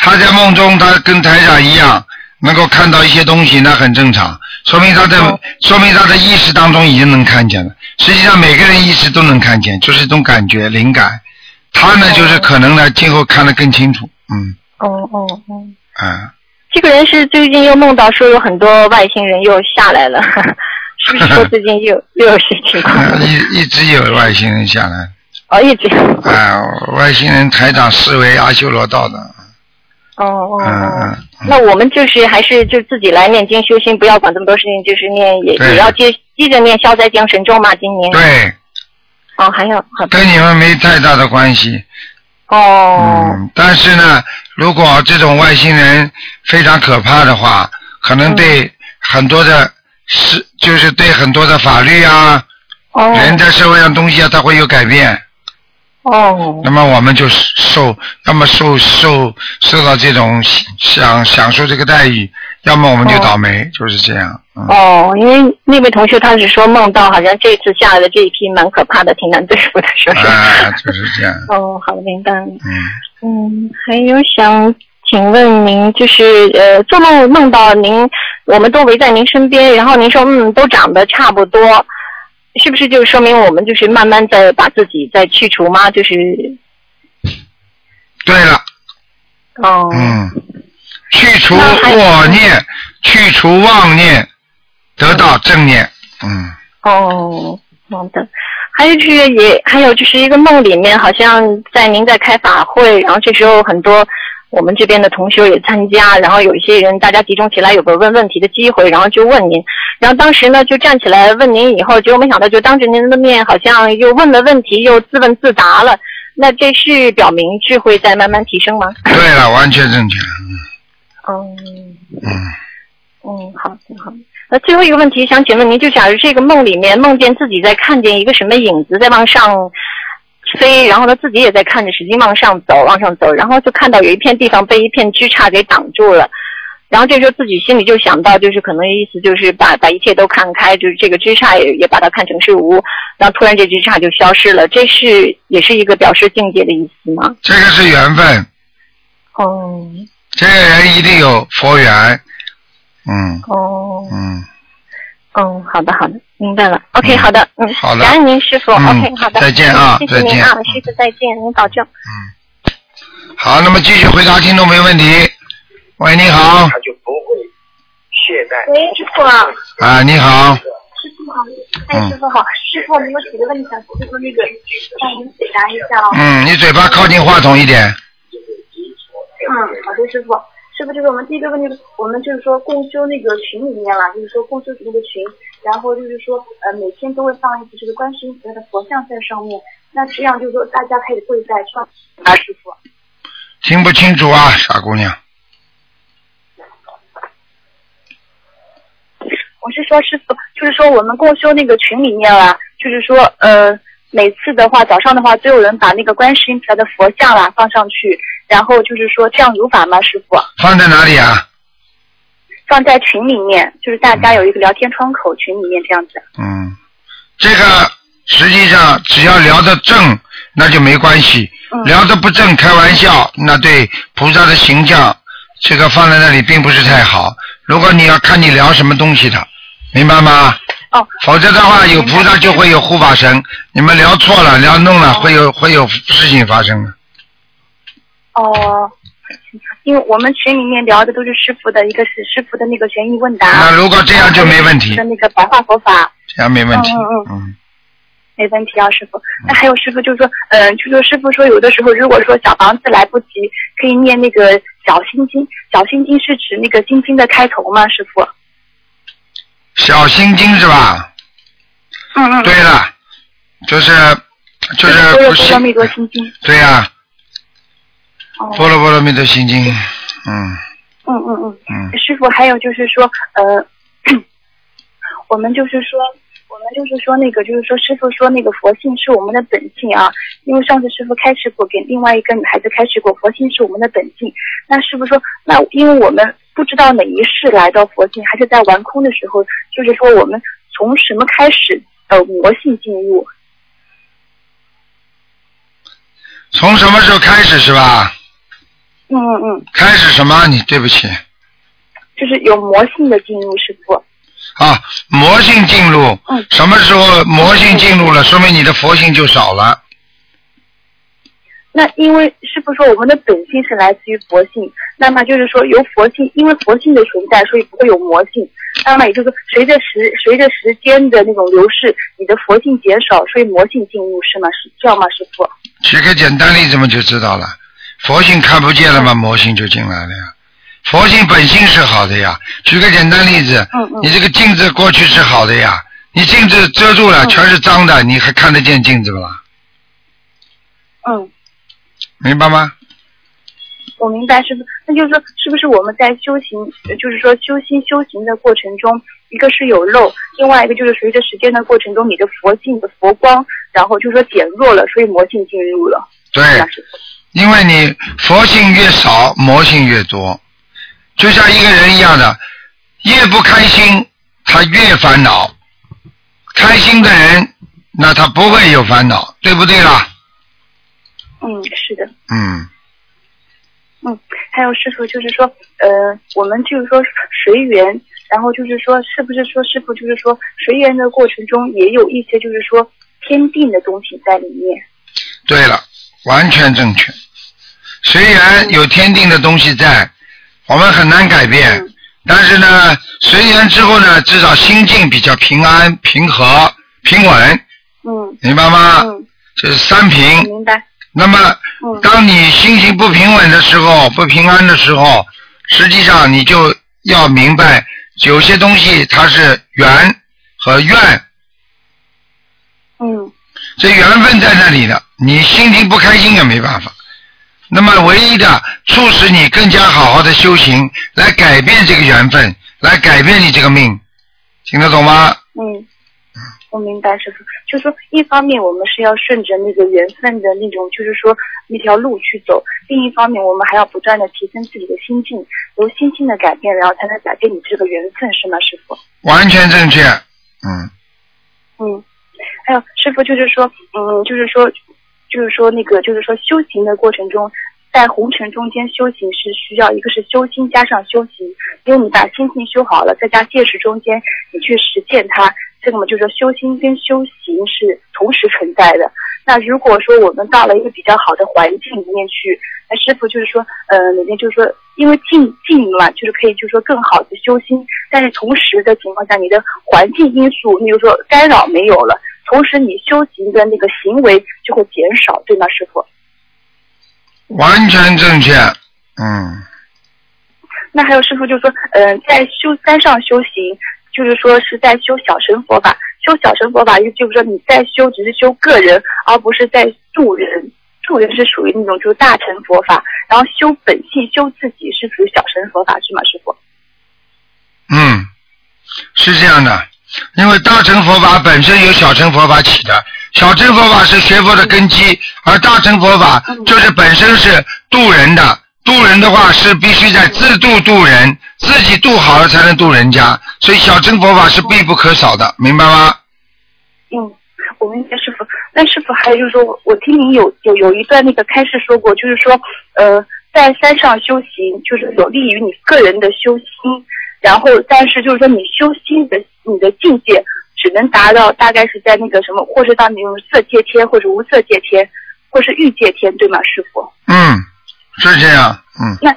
Speaker 2: 他在梦中，他跟台长一样，能够看到一些东西，那很正常，说明他在，说明他的意识当中已经能看见了。实际上，每个人意识都能看见，就是一种感觉、灵感。他呢，就是可能呢，今后看得更清楚。嗯，
Speaker 9: 哦哦哦，
Speaker 2: 啊，
Speaker 9: 这个人是最近又梦到说有很多外星人又下来了， 是不是说最 近又又有些情况？
Speaker 2: 一一直有外星人下来。
Speaker 9: 哦，一直
Speaker 2: 啊，外星人台长视为阿修罗道的，
Speaker 9: 哦哦
Speaker 2: 嗯
Speaker 9: 哦。
Speaker 2: 嗯，
Speaker 9: 那我们就是还是就自己来念经修心，不要管这么多事情，就是念也
Speaker 2: 对
Speaker 9: 也要接接着念消灾降神咒嘛，今年
Speaker 2: 对，
Speaker 9: 哦还要好的
Speaker 2: 跟你们没太大的关系。
Speaker 9: 哦
Speaker 2: 嗯，但是呢，如果这种外星人非常可怕的话，可能
Speaker 9: 嗯
Speaker 2: 对很多的是、就是对很多的法律啊、
Speaker 9: 哦
Speaker 2: 人在社会上东西啊，它会有改变。
Speaker 9: 哦
Speaker 2: 那么我们就受，要么受受受到这种享享受这个待遇，要么我们就
Speaker 9: 哦
Speaker 2: 倒霉，就是这样。嗯，
Speaker 9: 哦，因为那位同学他是说梦到好像这次下来的这一批蛮可怕的，挺难对付的，说是。
Speaker 2: 啊，就是这样。
Speaker 9: 哦，好，明白了。
Speaker 2: 嗯。
Speaker 9: 嗯，还有想请问您，就是呃，做梦梦到您，我们都围在您身边，然后您说嗯，都长得差不多，是不是就说明我们就是慢慢在把自己在去除吗？就是
Speaker 2: 对了。
Speaker 9: 哦，
Speaker 2: 嗯，去除
Speaker 9: 那还
Speaker 2: 恶念，去除妄念，得到正念。嗯，
Speaker 9: 哦，好的。还有就是也还有就是一个梦里面，好像在您在开法会，然后这时候很多我们这边的同学也参加，然后有一些人大家集中起来有个问问题的机会，然后就问您，然后当时呢就站起来问您，以后结果没想到就当着您的面好像又问了问题，又自问自答了。那这是表明智慧在慢慢提升吗？
Speaker 2: 对了，完全正确。
Speaker 9: 嗯。
Speaker 2: 嗯，
Speaker 9: 嗯，好，挺好。那最后一个问题，想请问您，就假如这个梦里面梦见自己在看见一个什么影子在往上飞，然后呢自己也在看着，使劲往上走，往上走，然后就看到有一片地方被一片枝杈给挡住了，然后这时候自己心里就想到，就是可能意思就是把把一切都看开，就是这个枝杈也也把它看成是无，然后突然这枝杈就消失了，这是也是一个表示境界的意思吗？
Speaker 2: 这个是缘分，
Speaker 9: 哦
Speaker 2: 这个人一定有佛缘。嗯
Speaker 9: 哦
Speaker 2: 嗯，
Speaker 9: 嗯，好的，好的，明白了。OK，
Speaker 2: 嗯
Speaker 9: 好的，嗯，
Speaker 2: 好的
Speaker 9: 感恩您师傅。
Speaker 2: 嗯
Speaker 9: OK，好的，
Speaker 2: 再见啊
Speaker 9: 嗯谢谢
Speaker 2: 再
Speaker 9: 您
Speaker 2: 见
Speaker 9: 啊，师傅再见，您保重。
Speaker 2: 好，那么继续回答听众没问题。喂，你好，
Speaker 11: 就不会懈怠。
Speaker 12: 喂，师傅啊，
Speaker 2: 啊，你好，
Speaker 12: 师傅好，哎，师傅好，师傅，我们有几个问题想师傅那个帮我们解答一下哦。
Speaker 2: 嗯，你嘴巴靠近话筒一点，
Speaker 12: 嗯，好的，师傅，师傅就是我们第一个问题，我们就是说共修那个群里面了，就是说共修那个群，然后就是说呃每天都会放一个这个观世音菩萨的佛像在上面，那这样就是说大家可以跪在上啊，师傅。
Speaker 2: 听不清楚啊，傻姑娘。
Speaker 12: 我是说师傅，就是说我们共修那个群里面啊，就是说呃，每次的话早上的话都有人把那个观世音菩萨的佛像啊放上去，然后就是说这样有法吗，师傅？
Speaker 2: 放在哪里啊？
Speaker 12: 放在群里面，就是大家有一个聊天窗口，群里面这样子。
Speaker 2: 嗯，这个实际上只要聊得正，那就没关系；
Speaker 12: 嗯
Speaker 2: 聊得不正，开玩笑，那对菩萨的形象，这个放在那里并不是太好。如果你要看你聊什么东西的，明白吗？
Speaker 12: 哦。
Speaker 2: 否则的话，有菩萨就会有护法神，你们聊错
Speaker 12: 嗯
Speaker 2: 了，聊弄了，会有会有事情发生的。
Speaker 12: 哦，因为我们群里面聊的都是师傅的，一个是师傅的那个悬疑问答。
Speaker 2: 那如果这样就没问题
Speaker 12: 然后还有师父的那个白话佛法。
Speaker 2: 这样没问题。
Speaker 12: 嗯嗯
Speaker 2: 嗯。
Speaker 12: 没问题啊，师傅。那还有师傅就说，嗯、就说师傅说，有的时候如果说小房子来不及，可以念那个小心经。小心经是指那个心经的开头吗，师傅？
Speaker 2: 小心经是吧？
Speaker 12: 嗯嗯。
Speaker 2: 对了，就是就是
Speaker 12: 都有
Speaker 2: 不
Speaker 12: 佛罗密
Speaker 2: 信，
Speaker 12: 多心经。
Speaker 2: 对呀、
Speaker 12: 哦。
Speaker 2: 波罗波罗蜜多心经，嗯
Speaker 12: 嗯嗯嗯。
Speaker 2: 嗯，
Speaker 12: 师傅，还有就是说，呃， 我们就是说，我们就是说那个，就是说，师傅说那个佛性是我们的本性啊。因为上次师傅开始过，给另外一个女孩子开始过，佛性是我们的本性。那师傅说，那因为我们不知道哪一世来到佛性，还是在玩空的时候，就是说我们从什么开始呃魔性进入？
Speaker 2: 从什么时候开始是吧？
Speaker 12: 嗯嗯嗯，
Speaker 2: 开始什么？你对不起
Speaker 12: 就是有魔性的进入，师傅。
Speaker 2: 啊，魔性进入，什么时候魔性进入了，说明你的佛性就少了。
Speaker 12: 那因为师傅说我们的本性是来自于佛性，那么就是说由佛性，因为佛性的存在，所以不会有魔性。那么也就是说，随着时随着时间的那种流逝，你的佛性减少，所以魔性进入，是吗？是这样吗，师傅？
Speaker 2: 举个简单例子嘛，就知道了。佛性看不见了嘛，魔性就进来了呀。佛性本性是好的呀。举个简单例子，你这个镜子过去是好的呀，你镜子遮住了，全是脏的，你还看得见镜子不啦？
Speaker 12: 嗯，
Speaker 2: 明白吗？
Speaker 12: 我明白，师傅。那就是说，是不是我们在修行，呃就是说修心修行的过程中，一个是有漏，另外一个就是随着时间的过程中，你的佛性的佛光，然后就是说减弱了，所以魔性进入了。
Speaker 2: 对，因为你佛性越少，魔性越多，就像一个人一样的，越不开心，他越烦恼。开心的人，那他不会有烦恼，对不对啦？
Speaker 12: 嗯，是的。
Speaker 2: 嗯。
Speaker 12: 嗯，还有师傅就是说，呃，我们就是说随缘，然后就是说，是不是说师傅就是说随缘的过程中也有一些就是说天定的东西在里面？
Speaker 2: 对了，完全正确。虽然有天定的东西在，我们很难改变，但是呢，随缘之后呢，至少心境比较平安、平和、平稳，
Speaker 12: 嗯
Speaker 2: 明白吗？
Speaker 12: 嗯，
Speaker 2: 这是三平。
Speaker 12: 明白。嗯
Speaker 2: 那么，当你心情不平稳的时候、不平安的时候，实际上你就要明白，有些东西它是缘和愿，
Speaker 12: 嗯
Speaker 2: 这缘分在那里的，你心情不开心也没办法。那么唯一的促使你更加好好的修行，来改变这个缘分，来改变你这个命，听得懂吗？
Speaker 12: 嗯，我明白师傅，就是说一方面我们是要顺着那个缘分的那种，就是说那条路去走；另一方面我们还要不断的提升自己的心境，由心境的改变，然后才能改变你这个缘分，是吗，师傅？
Speaker 2: 完全正确，嗯，
Speaker 12: 嗯，还有师傅就是说，嗯，就是说，就是说那个，就是说修行的过程中，在红尘中间修行是需要一个是修心加上修行，因为你把心性修好了，再加戒识中间你去实践它，这个嘛就是说修心跟修行是同时存在的。那如果说我们到了一个比较好的环境里面去，那师傅就是说，呃，每天就是说，因为静静嘛，就是可以就是说更好的修心，但是同时的情况下，你的环境因素，你就说干扰没有了，同时你修行的那个行为就会减少，对吗，师傅？
Speaker 2: 完全正确，嗯，
Speaker 12: 那还有师傅就说，嗯、在修山上修行，就是说是在修小乘佛法，修小乘佛法意思就是说你在修只是修个人，而不是在助人。助人是属于那种就是大乘佛法，然后修本性、修自己是属于小乘佛法，是吗，师傅？
Speaker 2: 嗯，是这样的，因为大乘佛法本身由小乘佛法起的，小乘佛法是学佛的根基，而大乘佛法就是本身是渡人的，渡人的话是必须得自度渡人，自己渡好了才能渡人家，所以小乘佛法是必不可少的，明白吗？
Speaker 12: 嗯，我明白师傅。那师傅还有就是说我我听您有有有一段那个开示说过，就是说呃在山上修行就是有利于你个人的修心，然后但是就是说你修心的你的境界只能达到大概是在那个什么，或是到那种色界天，或者无色界天，或是欲界天，对吗，师傅？
Speaker 2: 嗯，是这样，嗯。
Speaker 12: 那，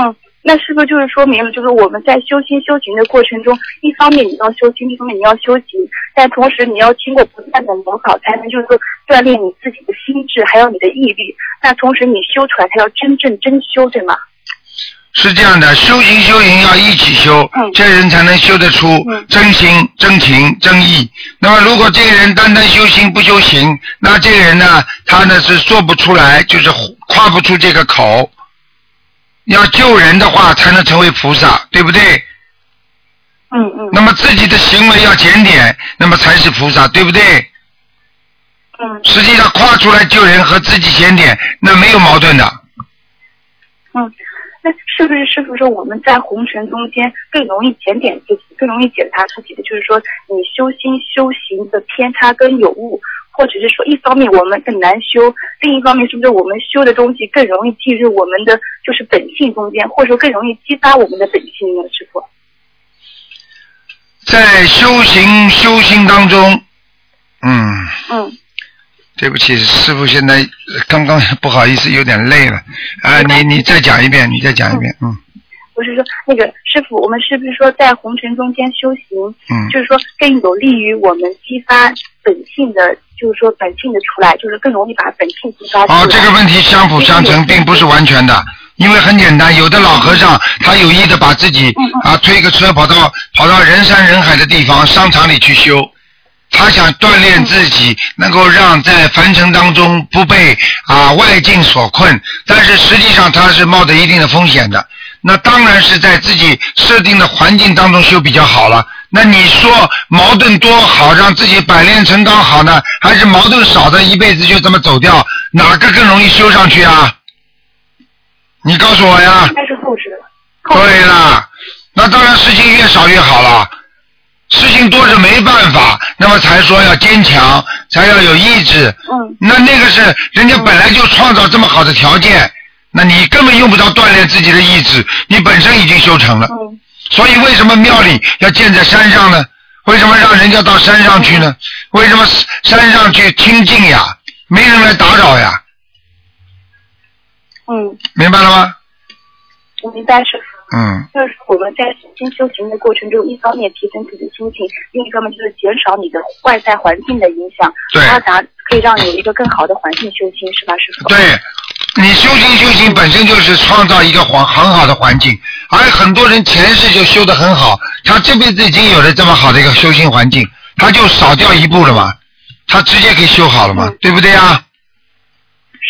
Speaker 12: 嗯，那是不是就是说明了，就是我们在修心修行的过程中，一方面你要修心，一方面你要修行，但同时你要经过不断的磨考，才能就是说锻炼你自己的心智，还有你的毅力。那同时你修出来才叫真正真修，对吗？
Speaker 2: 是这样的，修行修行要一起修，
Speaker 12: 嗯
Speaker 2: 这人才能修得出真心、真情、真意。那么，如果这个人单单修行不修行，那这个人呢，他呢是做不出来，就是跨不出这个口。要救人的话，才能成为菩萨，对不对？
Speaker 12: 嗯嗯。
Speaker 2: 那么自己的行为要检点，那么才是菩萨，对不对？
Speaker 12: 嗯。
Speaker 2: 实际上，跨出来救人和自己检点，那没有矛盾的。
Speaker 12: 嗯，那是不是师傅说我们在红尘中间更容易检点自己，更容易检查自己的，就是说你修心修行的偏差跟有误，或者是说一方面我们更难修，另一方面是不是我们修的东西更容易进入我们的就是本性中间，或者说更容易激发我们的本性呢？师傅，
Speaker 2: 在修行修行当中，嗯，
Speaker 12: 嗯，
Speaker 2: 对不起，师傅，现在呃刚 刚不好意思，有点累了。啊，你你再讲一遍，你再讲一遍，嗯
Speaker 12: 不是说那个师傅，我们是不是说在红尘中间修行，
Speaker 2: 嗯
Speaker 12: 就是说更有利于我们激发本性的，就是说本性的出来，就是更容易把本性激发出来。
Speaker 2: 好，这个问题相辅相成，并不是完全的，因为很简单，有的老和尚他有意的把自己啊推个车跑到跑到人山人海的地方商场里去修，他想锻炼自己，能够让在凡尘当中不被啊外境所困，但是实际上他是冒着一定的风险的。那当然是在自己设定的环境当中修比较好了。那你说矛盾多好，让自己百炼成钢好呢，还是矛盾少的一辈子就这么走掉？哪个更容易修上去啊？你告诉我呀。
Speaker 12: 应该是后知了。
Speaker 2: 对啦，那当然事情越少越好了。事情多是没办法，那么才说要坚强，才要有意志。
Speaker 12: 嗯。
Speaker 2: 那那个是人家本来就创造这么好的条件，那你根本用不着锻炼自己的意志，你本身已经修成了。
Speaker 12: 嗯。
Speaker 2: 所以为什么庙里要建在山上呢？为什么让人家到山上去呢？为什么山上去清静呀？没人来打扰呀？
Speaker 12: 嗯，
Speaker 2: 明白了吗？
Speaker 12: 我明白师傅。
Speaker 2: 嗯，
Speaker 12: 就是我们在修心修行的过程中，一方面提升自己心情，另一方面就是减少你的外在环境的影响，
Speaker 2: 对
Speaker 12: 它达可以让你有一个更好的环境修心，是吧，师傅？
Speaker 2: 对，你修行修行本身就是创造一个环很好的环境，而很多人前世就修得很好，他这辈子已经有了这么好的一个修行环境，他就少掉一步了嘛，他直接给修好了嘛，对不对啊？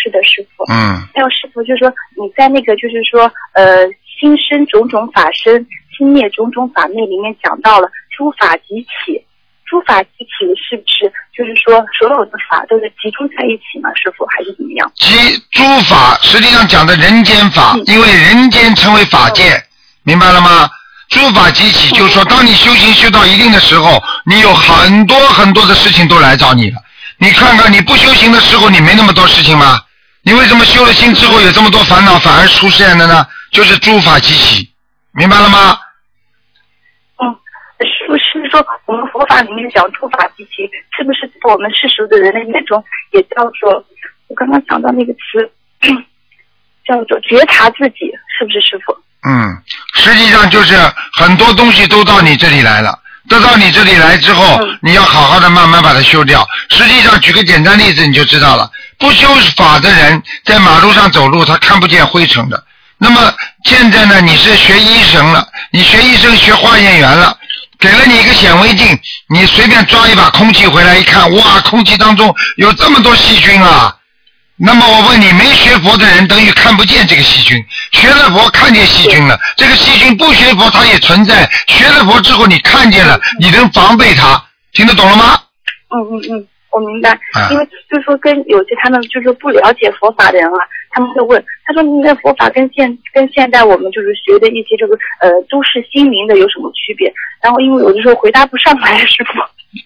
Speaker 12: 是的，师傅。
Speaker 2: 嗯，
Speaker 12: 还有师傅，就是说你在那个就是说呃心生种种法身，心灭种种法灭里面讲到了诸法集起，诸法集起是不是就是说所有的法都是集中在一起吗？师傅还是怎么样？
Speaker 2: 即诸法实际上讲的人间法，因为人间称为法界，明白了吗？诸法集起，就是说，当你修行修到一定的时候，你有很多很多的事情都来找你了。你看看，你不修行的时候，你没那么多事情吗？你为什么修了心之后有这么多烦恼，反而出现了呢？就是诸法集起，明白了吗？
Speaker 12: 是不是说我们佛法里面讲诸法集齐，是不是我们世俗的人的眼中也叫做？我刚刚想到那个词， 叫做觉察自己，是不是师傅？
Speaker 2: 嗯，实际上就是很多东西都到你这里来了，都到你这里来之后，你要好好的慢慢把它修掉。实际上，举个简单例子你就知道了，不修法的人在马路上走路，他看不见灰尘的。那么现在呢，你是学医生了，你学医生学化验员了。给了你一个显微镜，你随便抓一把空气回来一看，哇，空气当中有这么多细菌啊！那么我问你，没学佛的人等于看不见这个细菌，学了佛看见细菌了，这个细菌不学佛它也存在，学了佛之后你看见了，你能防备它，听得懂了吗？
Speaker 12: 嗯嗯嗯，
Speaker 4: 我明白
Speaker 2: 啊，
Speaker 4: 因为就是说跟有些他们就是不了解佛法的人啊，他们会问，他说你的佛法跟现跟现代我们就是学的一些这个呃都市心灵的有什么区别？然后因为有的时候回答不上来，师傅。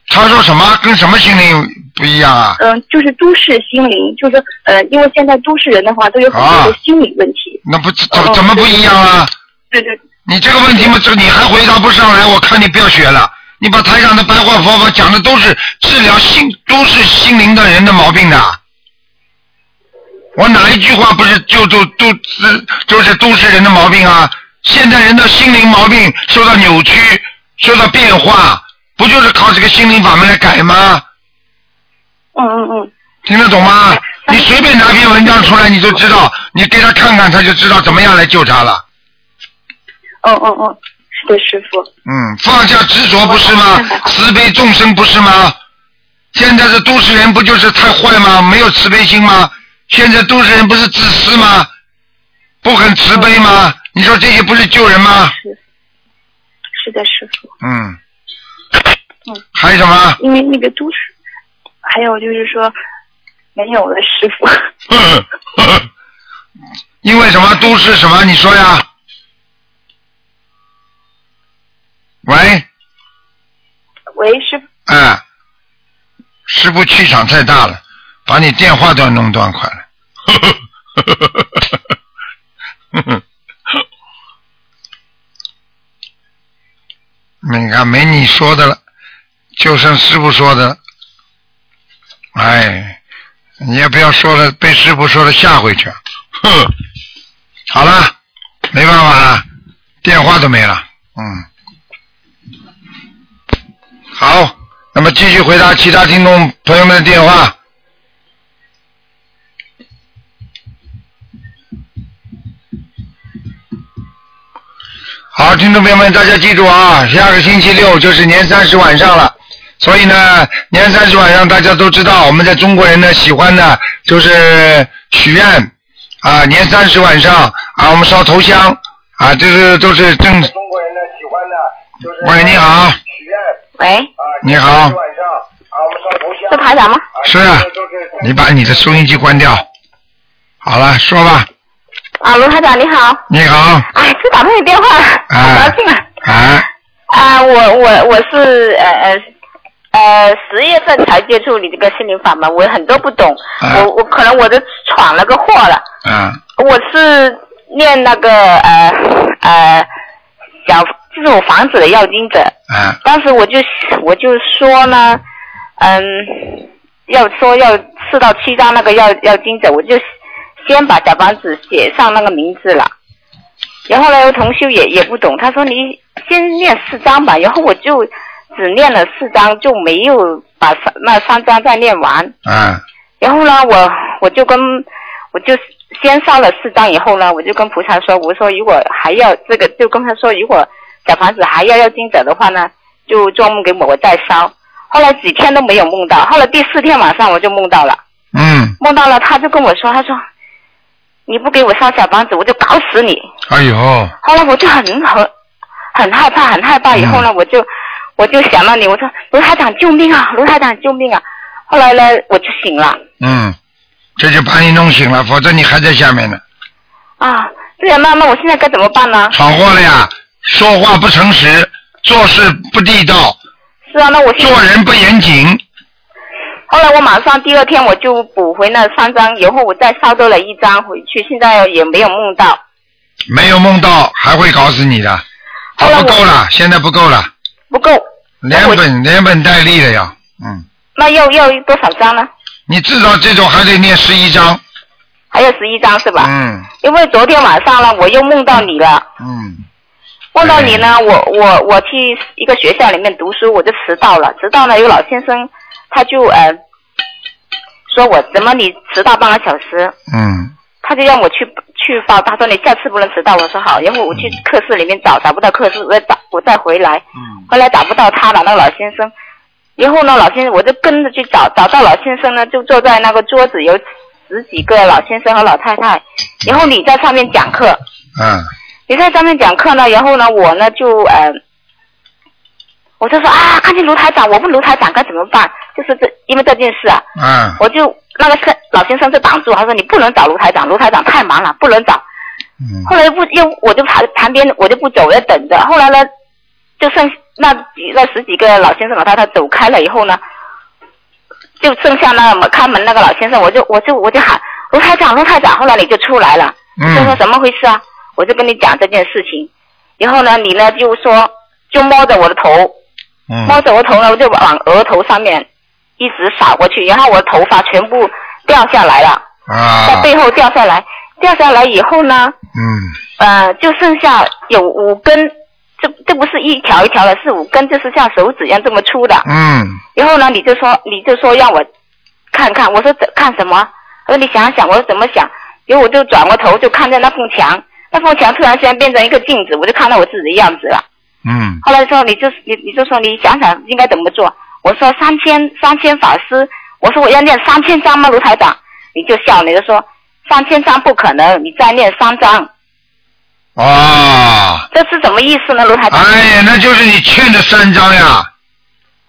Speaker 2: 他说什么跟什么心灵不一样啊？
Speaker 4: 嗯、就是都市心灵，就是呃，因为现在都市人的话都有很
Speaker 2: 啊
Speaker 4: 多的心理问题。
Speaker 2: 那不怎怎么不一样啊？
Speaker 4: 对对。
Speaker 2: 你这个问题嘛，这你还回答不上来，我看你不要学了。你把台上的白话佛法讲的都是治疗心，都是心灵的人的毛病的。我哪一句话不是就就都是就是都市人的毛病啊？现代人的心灵毛病受到扭曲，受到变化，不就是靠这个心灵法门来改吗？
Speaker 4: 嗯嗯嗯。
Speaker 2: 听得懂吗？你随便拿篇文章出来，你就知道，你给他看看，他就知道怎么样来救他了。
Speaker 4: 哦哦哦，是的，师傅。
Speaker 2: 嗯，放下执着不是吗？慈悲众生不是吗？现在的都市人不就是太坏吗？没有慈悲心吗？现在都市人不是自私吗？不很慈悲吗？你说这些不是救人吗？
Speaker 4: 是的，师傅。
Speaker 2: 嗯，
Speaker 4: 嗯。
Speaker 2: 还有什么？
Speaker 4: 因为那个都市，还有就是说，没有了，师傅。
Speaker 2: 因为什么都市什么？你说呀？喂，
Speaker 4: 喂，师傅。
Speaker 2: 哎，师傅气场太大了，把你电话都要弄断快了。 你看，没你说的了，就剩师傅说的了。哎，你也不要说了，被师傅说了吓回去。啊哼，好了，没办法了，电话都没了。嗯，好，那么继续回答其他听众朋友们的电话。好，听众朋友们，大家记住啊，下个星期六就是年三十晚上了。所以呢，年三十晚上大家都知道，我们在中国人呢喜欢呢就是许愿啊，年三十晚上啊，我们烧头香啊，这是都是正。
Speaker 11: 中国人呢喜欢呢就是
Speaker 2: 喂，你好，
Speaker 11: 许愿，
Speaker 13: 喂，
Speaker 2: 你好，
Speaker 13: 是台长吗？
Speaker 2: 是，啊你把你的收音机关掉。好了，说吧，
Speaker 13: 啊，卢台长你好，
Speaker 2: 你好，
Speaker 13: 哎，是打不通你电话，
Speaker 2: 啊
Speaker 13: 高兴了。
Speaker 2: 啊，
Speaker 13: 啊，我我我是呃呃呃十月份才接触你这个心灵法门，我很多不懂，
Speaker 2: 啊
Speaker 13: 我我可能我都闯了个祸了。
Speaker 2: 啊，
Speaker 13: 我是念那个呃呃小就是我房子的要经者，
Speaker 2: 啊，
Speaker 13: 当时我就我就说呢，嗯，要说要四到七张那个要要经者，我就先把小房子写上那个名字了。然后呢，我同修也也不懂，他说你先念四张吧，然后我就只念了四张，就没有把三那三张再念完。
Speaker 2: 啊，
Speaker 13: 然后呢，我我就跟我就先烧了四张，以后呢，我就跟菩萨说，我说如果还要这个，就跟他说，如果小房子还要要经者的话呢，就做梦给我，我再烧。后来几天都没有梦到，后来第四天晚上我就梦到了，
Speaker 2: 嗯，
Speaker 13: 梦到了，他就跟我说，他说你不给我烧小房子，我就搞死你。
Speaker 2: 哎呦，
Speaker 13: 后来我就很很很害怕，很害怕。以后呢，我就我就想到你，我说卢台长救命啊，卢台长救命啊！后来呢，我就醒了
Speaker 2: 嗯，这就把你弄醒了，否则你还在下面呢，
Speaker 13: 啊。对啊，那那我现在该怎么办呢？
Speaker 2: 闯祸了呀，说话不诚实，做事不地道，
Speaker 13: 是啊，那我现
Speaker 2: 做
Speaker 13: 在
Speaker 2: 人不严谨，
Speaker 13: 后来我马上第二天我就补回那三张，然后我再烧多了一张回去，现在也没有梦到。
Speaker 2: 没有梦到还会搞死你的，他不够了，现在不够了，
Speaker 13: 不够，
Speaker 2: 连本连本带利的呀，嗯，
Speaker 13: 那要要多少张呢？
Speaker 2: 你至少这种还得念十一章，
Speaker 13: 还有十一张是吧？
Speaker 2: 嗯
Speaker 13: 因为昨天晚上呢，我又梦到你了。
Speaker 2: 嗯，
Speaker 13: 梦到你呢，我我我去一个学校里面读书，我就迟到了。迟到呢，有老先生他就呃说我怎么你迟到半个小时，
Speaker 2: 嗯
Speaker 13: 他就让我去去报，他说你下次不能迟到。我说好，然后我去课室里面找，找不到课室，我再找我再回来。
Speaker 2: 嗯
Speaker 13: 后来找不到他了，那个老先生。然后呢，老先生我就跟着去找，找到老先生呢，就坐在那个桌子有十几个老先生和老太太，然后你在上面讲课。
Speaker 2: 嗯
Speaker 13: 你在上面讲课呢，然后呢，我呢就呃，我就说啊，看见卢台长，我问卢台长该怎么办，就是这因为这件事啊，
Speaker 2: 嗯，
Speaker 13: 我就那个是老先生就挡住，他说你不能找卢台长，卢台长太忙了，不能找。
Speaker 2: 嗯。
Speaker 13: 后来不又我就旁旁边我就不走，我就等着。后来呢，就剩那几那十几个老先生老太太走开了以后呢，就剩下那个看门那个老先生，我就我就我就喊卢台长卢台长，后来你就出来了，
Speaker 2: 嗯
Speaker 13: 就说怎么回事啊？我就跟你讲这件事情，然后呢，你呢就说就摸着我的头，
Speaker 2: 嗯
Speaker 13: 摸着我头呢，我就往额头上面一直扫过去，然后我的头发全部掉下来了，在
Speaker 2: 啊，
Speaker 13: 背后掉下来，掉下来以后呢，
Speaker 2: 嗯
Speaker 13: 呃，就剩下有五根，这这不是一条一条的，是五根，就是像手指一样这么粗的。
Speaker 2: 嗯
Speaker 13: 然后呢，你就说你就说让我看看，我说怎看什么？我说你想想，我说怎么想？然后我就转过头就看见那幅墙，那幅墙突然间变成一个镜子，我就看到我自己的样子了。
Speaker 2: 嗯
Speaker 13: 后来说你就你你就说你想想应该怎么做。我说三千三千法师，我说我要念三千张吗？卢台长，你就笑，你就说三千张不可能，你再念三张，
Speaker 2: 啊，
Speaker 13: 这是什么意思呢？卢台长？
Speaker 2: 哎呀，那就是你欠的三张呀。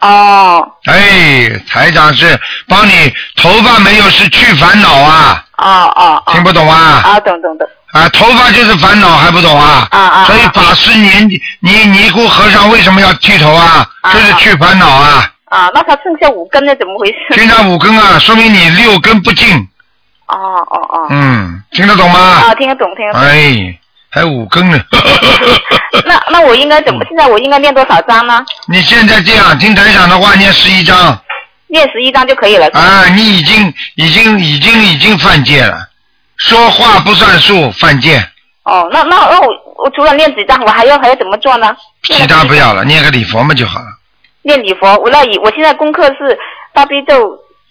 Speaker 13: 哦
Speaker 2: 哎，台长是帮你头发没有是去烦恼啊，
Speaker 13: 哦哦哦，
Speaker 2: 听不懂啊？
Speaker 13: 啊，懂懂懂，
Speaker 2: 啊，头发就是烦恼，还不懂啊？
Speaker 13: 啊啊
Speaker 2: 所以法师尼尼尼姑和尚为什么要剃头啊？就是去烦恼啊。
Speaker 13: 啊，那他剩下五根呢？怎么回事？
Speaker 2: 现在五根啊，说明你六根不净。
Speaker 13: 哦哦哦，
Speaker 2: 嗯，听得懂吗？
Speaker 13: 啊，听得懂，听得懂。
Speaker 2: 哎，还五根呢。
Speaker 13: 那那我应该
Speaker 2: 嗯
Speaker 13: 怎么？现在我应该念多少章呢？
Speaker 2: 你现在这样听台长的话，念十一章。
Speaker 13: 念十一章就可以了。是吧
Speaker 2: 啊，你已经已经已经已经犯戒了，说话不算数，犯戒。
Speaker 13: 哦，那那那我我除了念几张，我还要还要怎么做呢？
Speaker 2: 其他不要了，念个礼佛嘛就好了。
Speaker 13: 念礼佛，我那以我现在功课是大悲咒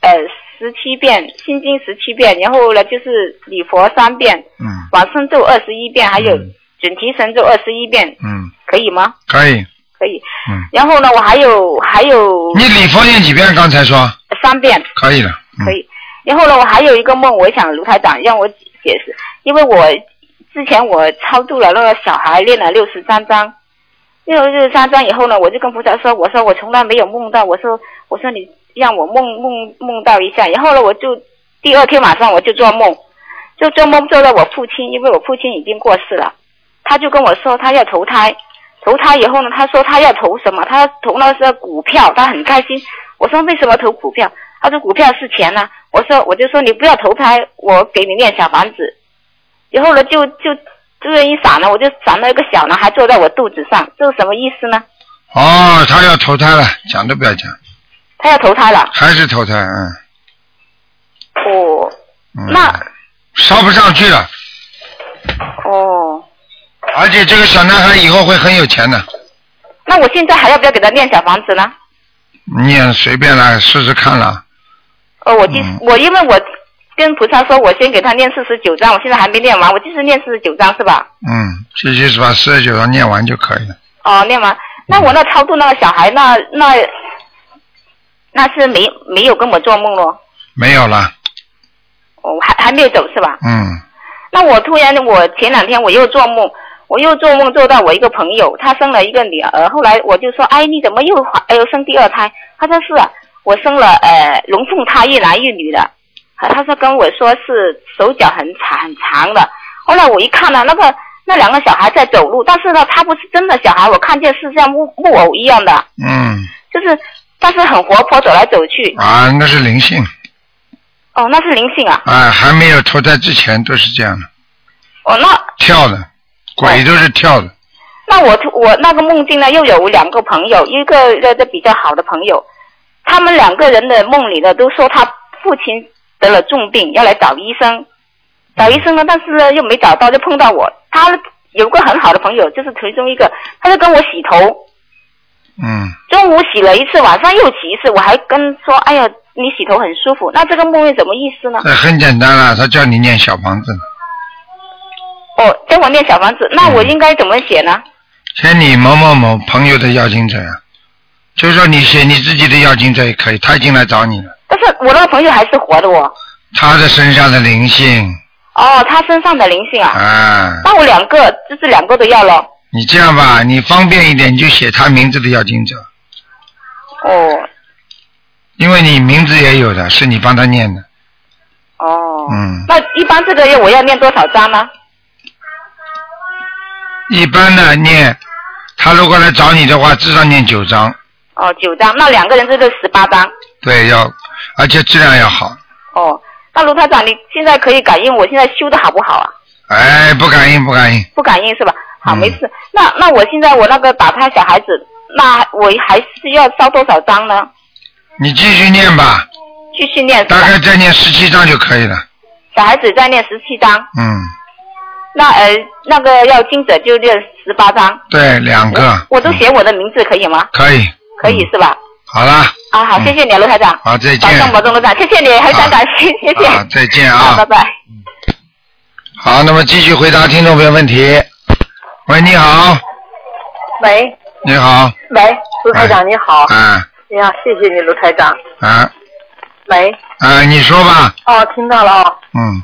Speaker 13: 呃十七遍，心经十七遍，然后呢就是礼佛三遍，
Speaker 2: 嗯
Speaker 13: 往生咒二十一遍，还有准提神咒二十一遍，
Speaker 2: 嗯，
Speaker 13: 可以吗？
Speaker 2: 可以。
Speaker 13: 可以。
Speaker 2: 嗯。
Speaker 13: 然后呢，我还有还有
Speaker 2: 你礼佛念几遍？刚才说
Speaker 13: 三遍，
Speaker 2: 可以了。
Speaker 13: 可以。然后呢，我还有一个梦，我想卢台长让我解解释，因为我之前我超度了那个小孩，练了六十三章，六六十三章以后呢，我就跟菩萨说，我说我从来没有梦到，我说我说你让我梦梦梦到一下，然后呢，我就第二天晚上我就做梦，就做梦做到我父亲，因为我父亲已经过世了，他就跟我说他要投胎。投胎以后呢，他说他要投什么？他投那是股票，他很开心。我说为什么投股票？他说股票是钱呐、我说我就说你不要投胎，我给你念小房子。然后呢，就就就这一闪呢，我就闪了一个小男孩坐在我肚子上，这是什么意思呢？
Speaker 2: 哦，他要投胎了，讲都不要讲，
Speaker 13: 他要投胎了。
Speaker 2: 还是投胎，嗯。
Speaker 13: 哦
Speaker 2: 嗯
Speaker 13: 那
Speaker 2: 烧不上去了，
Speaker 13: 哦，
Speaker 2: 而且这个小男孩以后会很有钱的，
Speaker 13: 那我现在还要不要给他念小房子呢？
Speaker 2: 你也随便来试试看了。
Speaker 13: 呃，我第、我因为我跟菩萨说，我先给他念四十九章，我现在还没念完，我就是念四十九章是吧？
Speaker 2: 嗯，这就是把四十九章念完就可以了。
Speaker 13: 哦，念完。那我那超度那个小孩，那那那是没没有跟我做梦咯，
Speaker 2: 没有了，
Speaker 13: 哦，还还没有走是吧？
Speaker 2: 嗯
Speaker 13: 那我突然，我前两天我又做梦，我又做梦做到我一个朋友，她生了一个女儿，后来我就说，哎，你怎么又怀哎呦生第二胎？她说是、啊，我生了呃龙凤胎，一男一女的。啊她说跟我说是手脚很长很长的。后来我一看呢、那个那两个小孩在走路，但是呢，他不是真的小孩，我看见是像木木偶一样的，
Speaker 2: 嗯，
Speaker 13: 就是但是很活泼，走来走去。
Speaker 2: 啊，那是灵性，
Speaker 13: 哦，那是灵性啊！
Speaker 2: 啊，还没有投胎之前都是这样的，
Speaker 13: 哦，那
Speaker 2: 跳的，鬼都是跳
Speaker 13: 哦
Speaker 2: 的，
Speaker 13: 那我突我那个梦境呢，又有两个朋友，一个一个比较好的朋友，他们两个人的梦里呢，都说他父亲得了重病，要来找医生，找医生呢，但是呢又没找到，就碰到我。他有个很好的朋友，就是其中一个，他就跟我洗头，
Speaker 2: 嗯
Speaker 13: 中午洗了一次，晚上又洗一次，我还跟说，哎呀，你洗头很舒服。那这个梦又什么意思呢？
Speaker 2: 这很简单了，他叫你念小房子，
Speaker 13: 哦，叫我念小房子，那我
Speaker 2: 嗯
Speaker 13: 应该怎么写呢？
Speaker 2: 写你某某某朋友的邀请者呀，就是说你写你自己的邀请者也可以，他已经来找你了，
Speaker 13: 但是我那个朋友还是活的哦，
Speaker 2: 他的身上的灵性
Speaker 13: 哦，他身上的灵性啊。
Speaker 2: 啊，
Speaker 13: 那我两个就是两个都要了。
Speaker 2: 你这样吧，你方便一点，你就写他名字的邀请者，
Speaker 13: 哦，
Speaker 2: 因为你名字也有的，是你帮他念的，
Speaker 13: 哦，
Speaker 2: 嗯，
Speaker 13: 那一般这个月我要念多少章呢？
Speaker 2: 一般的念，他如果来找你的话，至少念九章，
Speaker 13: 哦，九章，那两个人就是十八章。
Speaker 2: 对，要，而且质量要好。
Speaker 13: 哦，那卢台长，你现在可以感应我现在修的好不好啊？
Speaker 2: 哎，不感应，不感应，
Speaker 13: 不感应是吧？好，
Speaker 2: 嗯
Speaker 13: 没事。那那我现在我那个打胎小孩子，那我还是要烧多少张呢？
Speaker 2: 你继续念吧，
Speaker 13: 继续念是吧
Speaker 2: 大概再念十七章就可以了。
Speaker 13: 小孩子再念十七张，
Speaker 2: 嗯，
Speaker 13: 那呃那个要经者就念十八张。
Speaker 2: 对，两个
Speaker 13: 我都写我的名字可以吗？
Speaker 2: 可以，
Speaker 13: 可
Speaker 2: 嗯
Speaker 13: 以是吧？
Speaker 2: 好啦，嗯
Speaker 13: 啊，好，谢谢你啊，卢台长。
Speaker 2: 好，再见
Speaker 13: 保，重保重，卢台长，谢谢你，还想感谢，谢谢。
Speaker 2: 啊，再见
Speaker 13: 好，
Speaker 2: 啊
Speaker 13: 拜。拜。
Speaker 2: 好，那么继续回答听众朋友问题。喂，你好，
Speaker 14: 喂
Speaker 2: 你好，
Speaker 14: 喂，卢台长你好，
Speaker 2: 啊
Speaker 14: 哎呀，谢谢你卢台长，
Speaker 2: 啊
Speaker 14: 喂，
Speaker 2: 啊，你说吧，
Speaker 14: 哦，听到了哦，
Speaker 2: 嗯，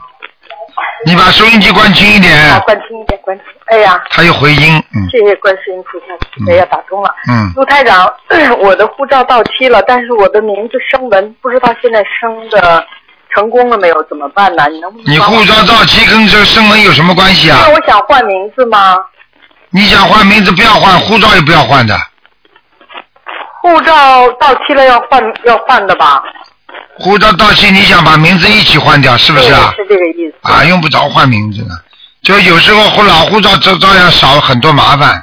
Speaker 2: 你把收音机关轻一
Speaker 14: 啊，
Speaker 2: 点，
Speaker 14: 关心一点，关心，哎呀，
Speaker 2: 它有回音，嗯
Speaker 14: 谢谢观世音菩萨，哎呀，打通了，
Speaker 2: 嗯，
Speaker 14: 卢台长， 我的护照到期了，但是我的名字升文，不知道现在升的成功了没有，怎么办呢？你能不能
Speaker 2: 你护照到期跟这声纹有什么关系啊
Speaker 14: 因？为我想换名字嘛，
Speaker 2: 你想换名字不要换，护照也不要换的，
Speaker 14: 护照到期了要换要换的吧？
Speaker 2: 护照到期你想把名字一起换掉，是不是啊？
Speaker 14: 对是这个意思。
Speaker 2: 啊，用不着换名字的，就有时候和老护照照照样少很多麻烦，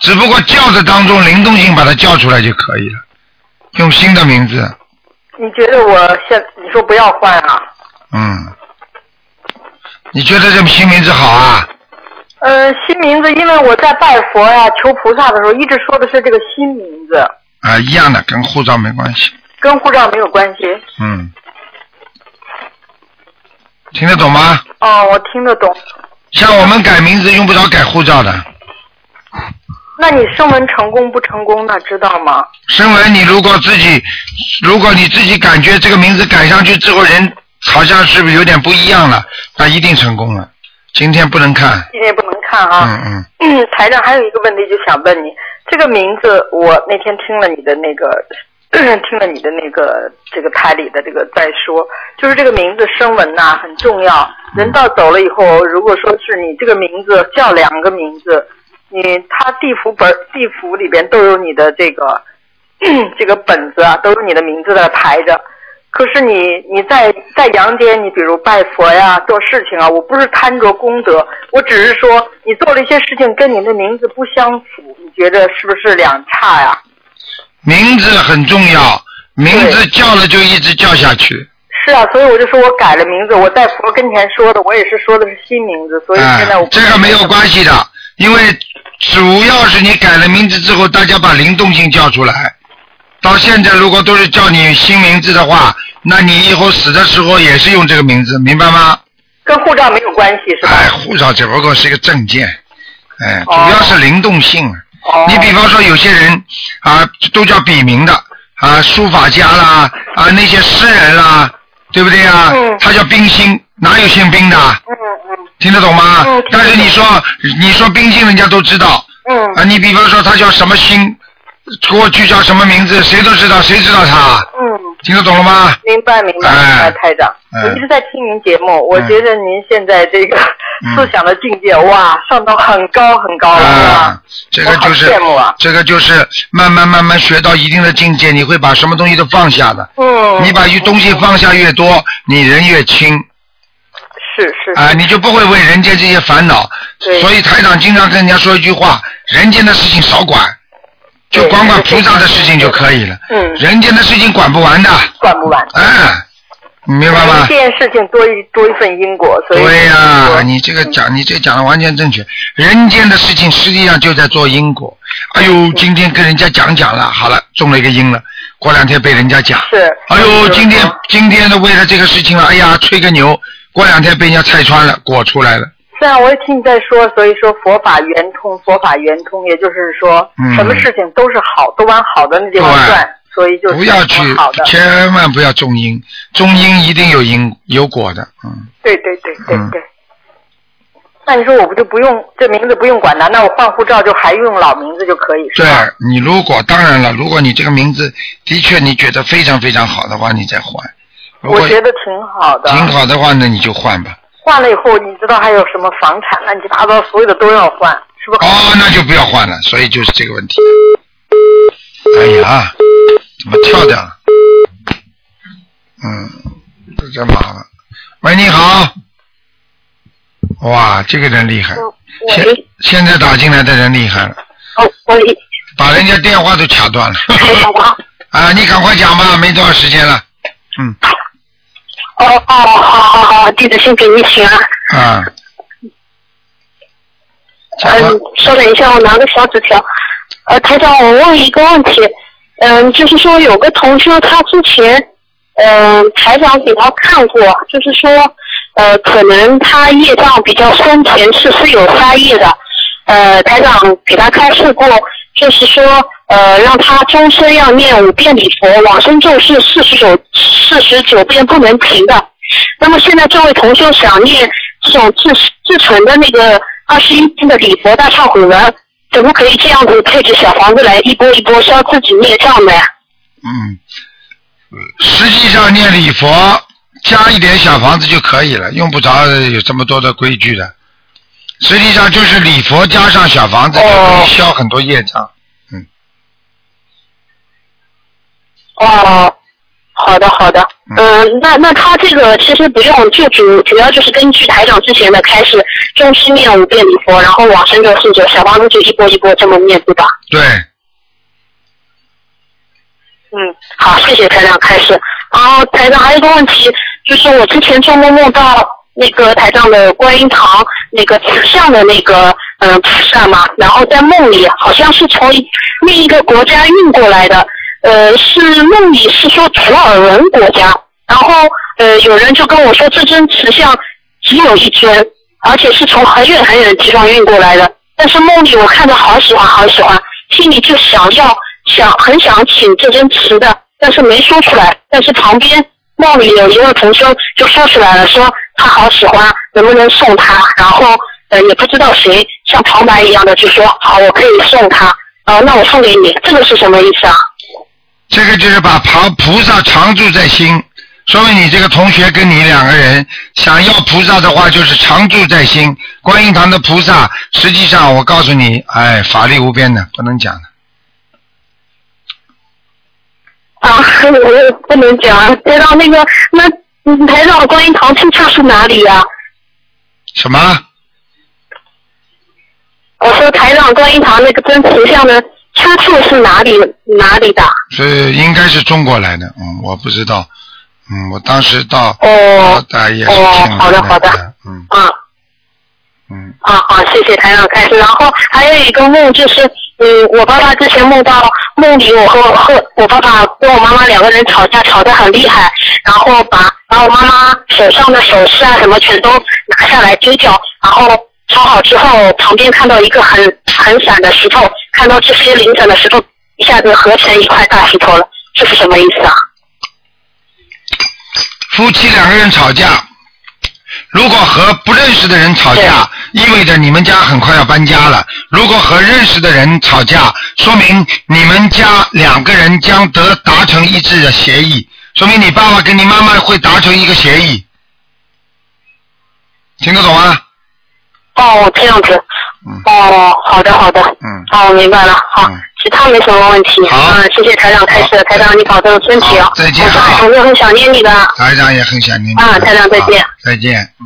Speaker 2: 只不过叫的当中灵动性把它叫出来就可以了，用新的名字，
Speaker 14: 你觉得我现你说不要换啊？
Speaker 2: 嗯，你觉得这新名字好啊？
Speaker 14: 呃，新名字，因为我在拜佛呀、求菩萨的时候，一直说的是这个新名字，
Speaker 2: 啊，一样的，跟护照没关系，
Speaker 14: 跟护照没有关系。
Speaker 2: 嗯，听得懂吗？
Speaker 14: 哦，我听得懂。
Speaker 2: 像我们改名字用不着改护照的，
Speaker 14: 那你声纹成功不成功呢？知道吗？
Speaker 2: 声纹你如果自己，如果你自己感觉这个名字改上去之后人好像是不是有点不一样了，那一定成功了。今天不能看，
Speaker 14: 今天不能看啊。
Speaker 2: 嗯嗯，
Speaker 14: 嗯，台长还有一个问题就想问你，这个名字我那天听了你的那个， 听了你的那个这个台里的这个在说，就是这个名字声纹呐、很重要。人到走了以后，如果说是你这个名字叫两个名字，你他地府本地府里边都有你的这个 这个本子啊，都有你的名字在排着。可是你你在在阳间，你比如拜佛呀、做事情啊，我不是贪着功德，我只是说你做了一些事情跟你的名字不相符，你觉得是不是两差呀？
Speaker 2: 名字很重要，名字叫了就一直叫下去。
Speaker 14: 是啊，所以我就说我改了名字，我在佛跟前说的，我也是说的是新名字，所以现在我、
Speaker 2: 哎这个没有关系的，因为主要是你改了名字之后，大家把灵动性叫出来。到现在如果都是叫你新名字的话，那你以后死的时候也是用这个名字，明白吗？
Speaker 14: 跟护照没有关系是吧？
Speaker 2: 哎，护照只不过是一个证件，哎，主要是灵动性。你比方说有些人啊，都叫笔名的啊，书法家啦啊，那些诗人啦，对不对啊？他叫冰心，哪有姓冰的？嗯嗯。听得懂吗？但是你说你说冰心，人家都知道。
Speaker 14: 嗯。
Speaker 2: 啊，你比方说他叫什么心，过去叫什么名字，谁都知道，谁知道他？啊
Speaker 14: 嗯，
Speaker 2: 听得懂了吗？
Speaker 14: 明白明白明白，台长，
Speaker 2: 哎嗯
Speaker 14: 我一直在听您节目，我觉得您现在这个思想的境界，哇，上到很高很高了。
Speaker 2: 啊，这个就是
Speaker 14: 我好羡慕啊
Speaker 2: 这个就是慢慢慢慢学到一定的境界，你会把什么东西都放下的。
Speaker 14: 嗯。
Speaker 2: 你把一东西放下越多，你人越轻。
Speaker 14: 是是。
Speaker 2: 啊，你就不会为人间这些烦恼。所以台长经常跟人家说一句话：人间的事情少管，就管管菩萨的事情就可以了。
Speaker 14: 嗯。
Speaker 2: 人间的事情管不完的。
Speaker 14: 管不完。
Speaker 2: 嗯，你明白吗
Speaker 14: 一？件事情多一多一份因果，所以
Speaker 2: 对呀、你这个
Speaker 14: 嗯
Speaker 2: 讲，你这讲的完全正确。人间的事情实际上就在做因果。哎
Speaker 14: 嗯
Speaker 2: 呦，今天跟人家讲讲了，好了，中了一个因了，过两天被人家讲。
Speaker 14: 是。
Speaker 2: 哎呦，今天今天的为了这个事情了，哎呀，吹个牛，过两天被人家拆穿了，果出来了。
Speaker 14: 虽然我也听你在说，所以说佛法圆通，佛法圆通，也就是说
Speaker 2: 嗯
Speaker 14: 什么事情都是好，都往好的那地方
Speaker 2: 对
Speaker 14: 转，所以就是
Speaker 2: 不要去
Speaker 14: 往好的。，
Speaker 2: 千万不要种因，种因一定有因有果的。嗯
Speaker 14: 对对对对
Speaker 2: 嗯
Speaker 14: 对。那你说我不就不用这名字不用管它，那我换护照就还用老名字就可以是
Speaker 2: 对
Speaker 14: 吧？
Speaker 2: 你如果当然了，如果你这个名字的确你觉得非常非常好的话，你再换；如
Speaker 14: 我
Speaker 2: 果
Speaker 14: 觉得挺好的。
Speaker 2: 挺好的话，那你就换吧。
Speaker 14: 换了以后，你知道还有什么房产乱七八糟，所有的都要换，是不是？
Speaker 2: 哦，那就不要换了。所以就是这个问题。哎呀，怎么跳掉了？嗯，这真麻烦。喂，你好。哇，这个人厉害。现现在打进来的人厉害了。
Speaker 15: 哦，我
Speaker 2: 把人家电话都卡断了。 啊，你赶快讲吧，没多少时间了。
Speaker 15: 哦哦，好好好，弟子先给你请啊。
Speaker 2: 啊，
Speaker 15: 嗯，稍等一下，我拿个小纸条。呃，台长，我问一个问题，嗯，就是说有个同修他之前，嗯，台长给他看过，就是说，呃，可能他业障比较深，前世是有杀业的，呃，台长给他开示过，就是说，呃，让他终身要念五遍礼佛，往生咒是四十九四十九遍不能停的。那么现在这位同修想念这种自自存的那个二十一天的礼佛大忏悔文，怎么可以这样子配置小房子来一波一波消自己孽障呢？
Speaker 2: 嗯，实际上念礼佛加一点小房子就可以了，用不着有这么多的规矩的。实际上就是礼佛加上小房子就可以消很多业障。
Speaker 15: 哦，好的好的，嗯，那那他这个其实不用，就主主要就是根据台长之前的开始，终身念五遍礼佛，然后往生咒四九，小房子就一波一波这么念，对吧？
Speaker 2: 对，
Speaker 15: 嗯，好，谢谢台长开始。然后台长还有一个问题，就是我之前做梦梦到那个台长的观音堂那个慈像的那个嗯、呃菩萨嘛，然后在梦里好像是从另一个国家运过来的，呃，是梦里是说土耳文国家，然后呃有人就跟我说这尊慈像只有一尊，而且是从很远很远的地方运过来的，但是梦里我看着好喜欢好喜欢，心里就想要想很想请这尊瓷的，但是没说出来。但是旁边梦里有一位同修就说出来了，说他好喜欢，能不能送他？然后呃也不知道谁像旁白一样的就说好，我可以送他。哦，那我送给你，这个是什么意思啊？
Speaker 2: 这个就是把旁菩萨常住在心，说明你这个同学跟你两个人想要菩萨的话，就是常住在心。观音堂的菩萨，实际上我告诉你，哎，法力无边的，不能讲的。
Speaker 15: 啊，我不能讲。台长那个，那嗯台长的观音堂住处是哪里啊呀、
Speaker 2: 什么？
Speaker 15: 我说台长观音堂那个尊瓷像的出处是哪里哪里的？
Speaker 2: 是应该是中国来的，嗯，我不知道，嗯，我当时到
Speaker 15: 哦，
Speaker 2: 大也是
Speaker 15: 哦
Speaker 2: 听，
Speaker 15: 好的
Speaker 2: 来
Speaker 15: 好的，
Speaker 2: 嗯
Speaker 15: 啊，
Speaker 2: 嗯，
Speaker 15: 啊好，谢谢台长开始。然后还有一个梦就是，嗯，我爸爸之前梦到梦里我和和我爸爸跟我妈妈两个人吵架，吵得很厉害，然后把把我妈妈手上的首饰啊什么全都拿下来丢掉，然后烧好之后，旁边看到一个很很散的石头，看到这些零散的石头一下子合成一块大石头了，这是什么意思啊？
Speaker 2: 夫妻两个人吵架，如果和不认识的人吵架，意味着你们家很快要搬家了；如果和认识的人吵架，说明你们家两个人将得达成一致的协议，说明你爸爸跟你妈妈会达成一个协议。听得懂吗？
Speaker 15: 哦，这样子。哦，好的好的。
Speaker 2: 嗯。
Speaker 15: 哦，我明白了。好，其他没什么问题。好。嗯，谢谢台长开始，台长你保重身体哦。
Speaker 2: 再见
Speaker 15: 我
Speaker 2: 啊
Speaker 15: 是我是很想念你的。
Speaker 2: 台长也很想念你。
Speaker 15: 啊台长再见
Speaker 2: 好再见。嗯。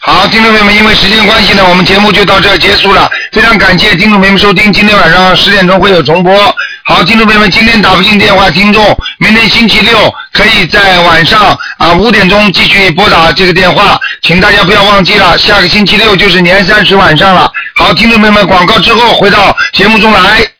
Speaker 2: 好，听众朋友们，因为时间关系呢，我们节目就到这儿结束了。非常感谢听众朋友们收听，今天晚上十点钟会有重播。好，听众朋友们，今天打不进电话，听众明天星期六可以在晚上啊五点钟继续拨打这个电话，请大家不要忘记了，下个星期六就是年三十晚上了。好，听众朋友们，广告之后回到节目中来。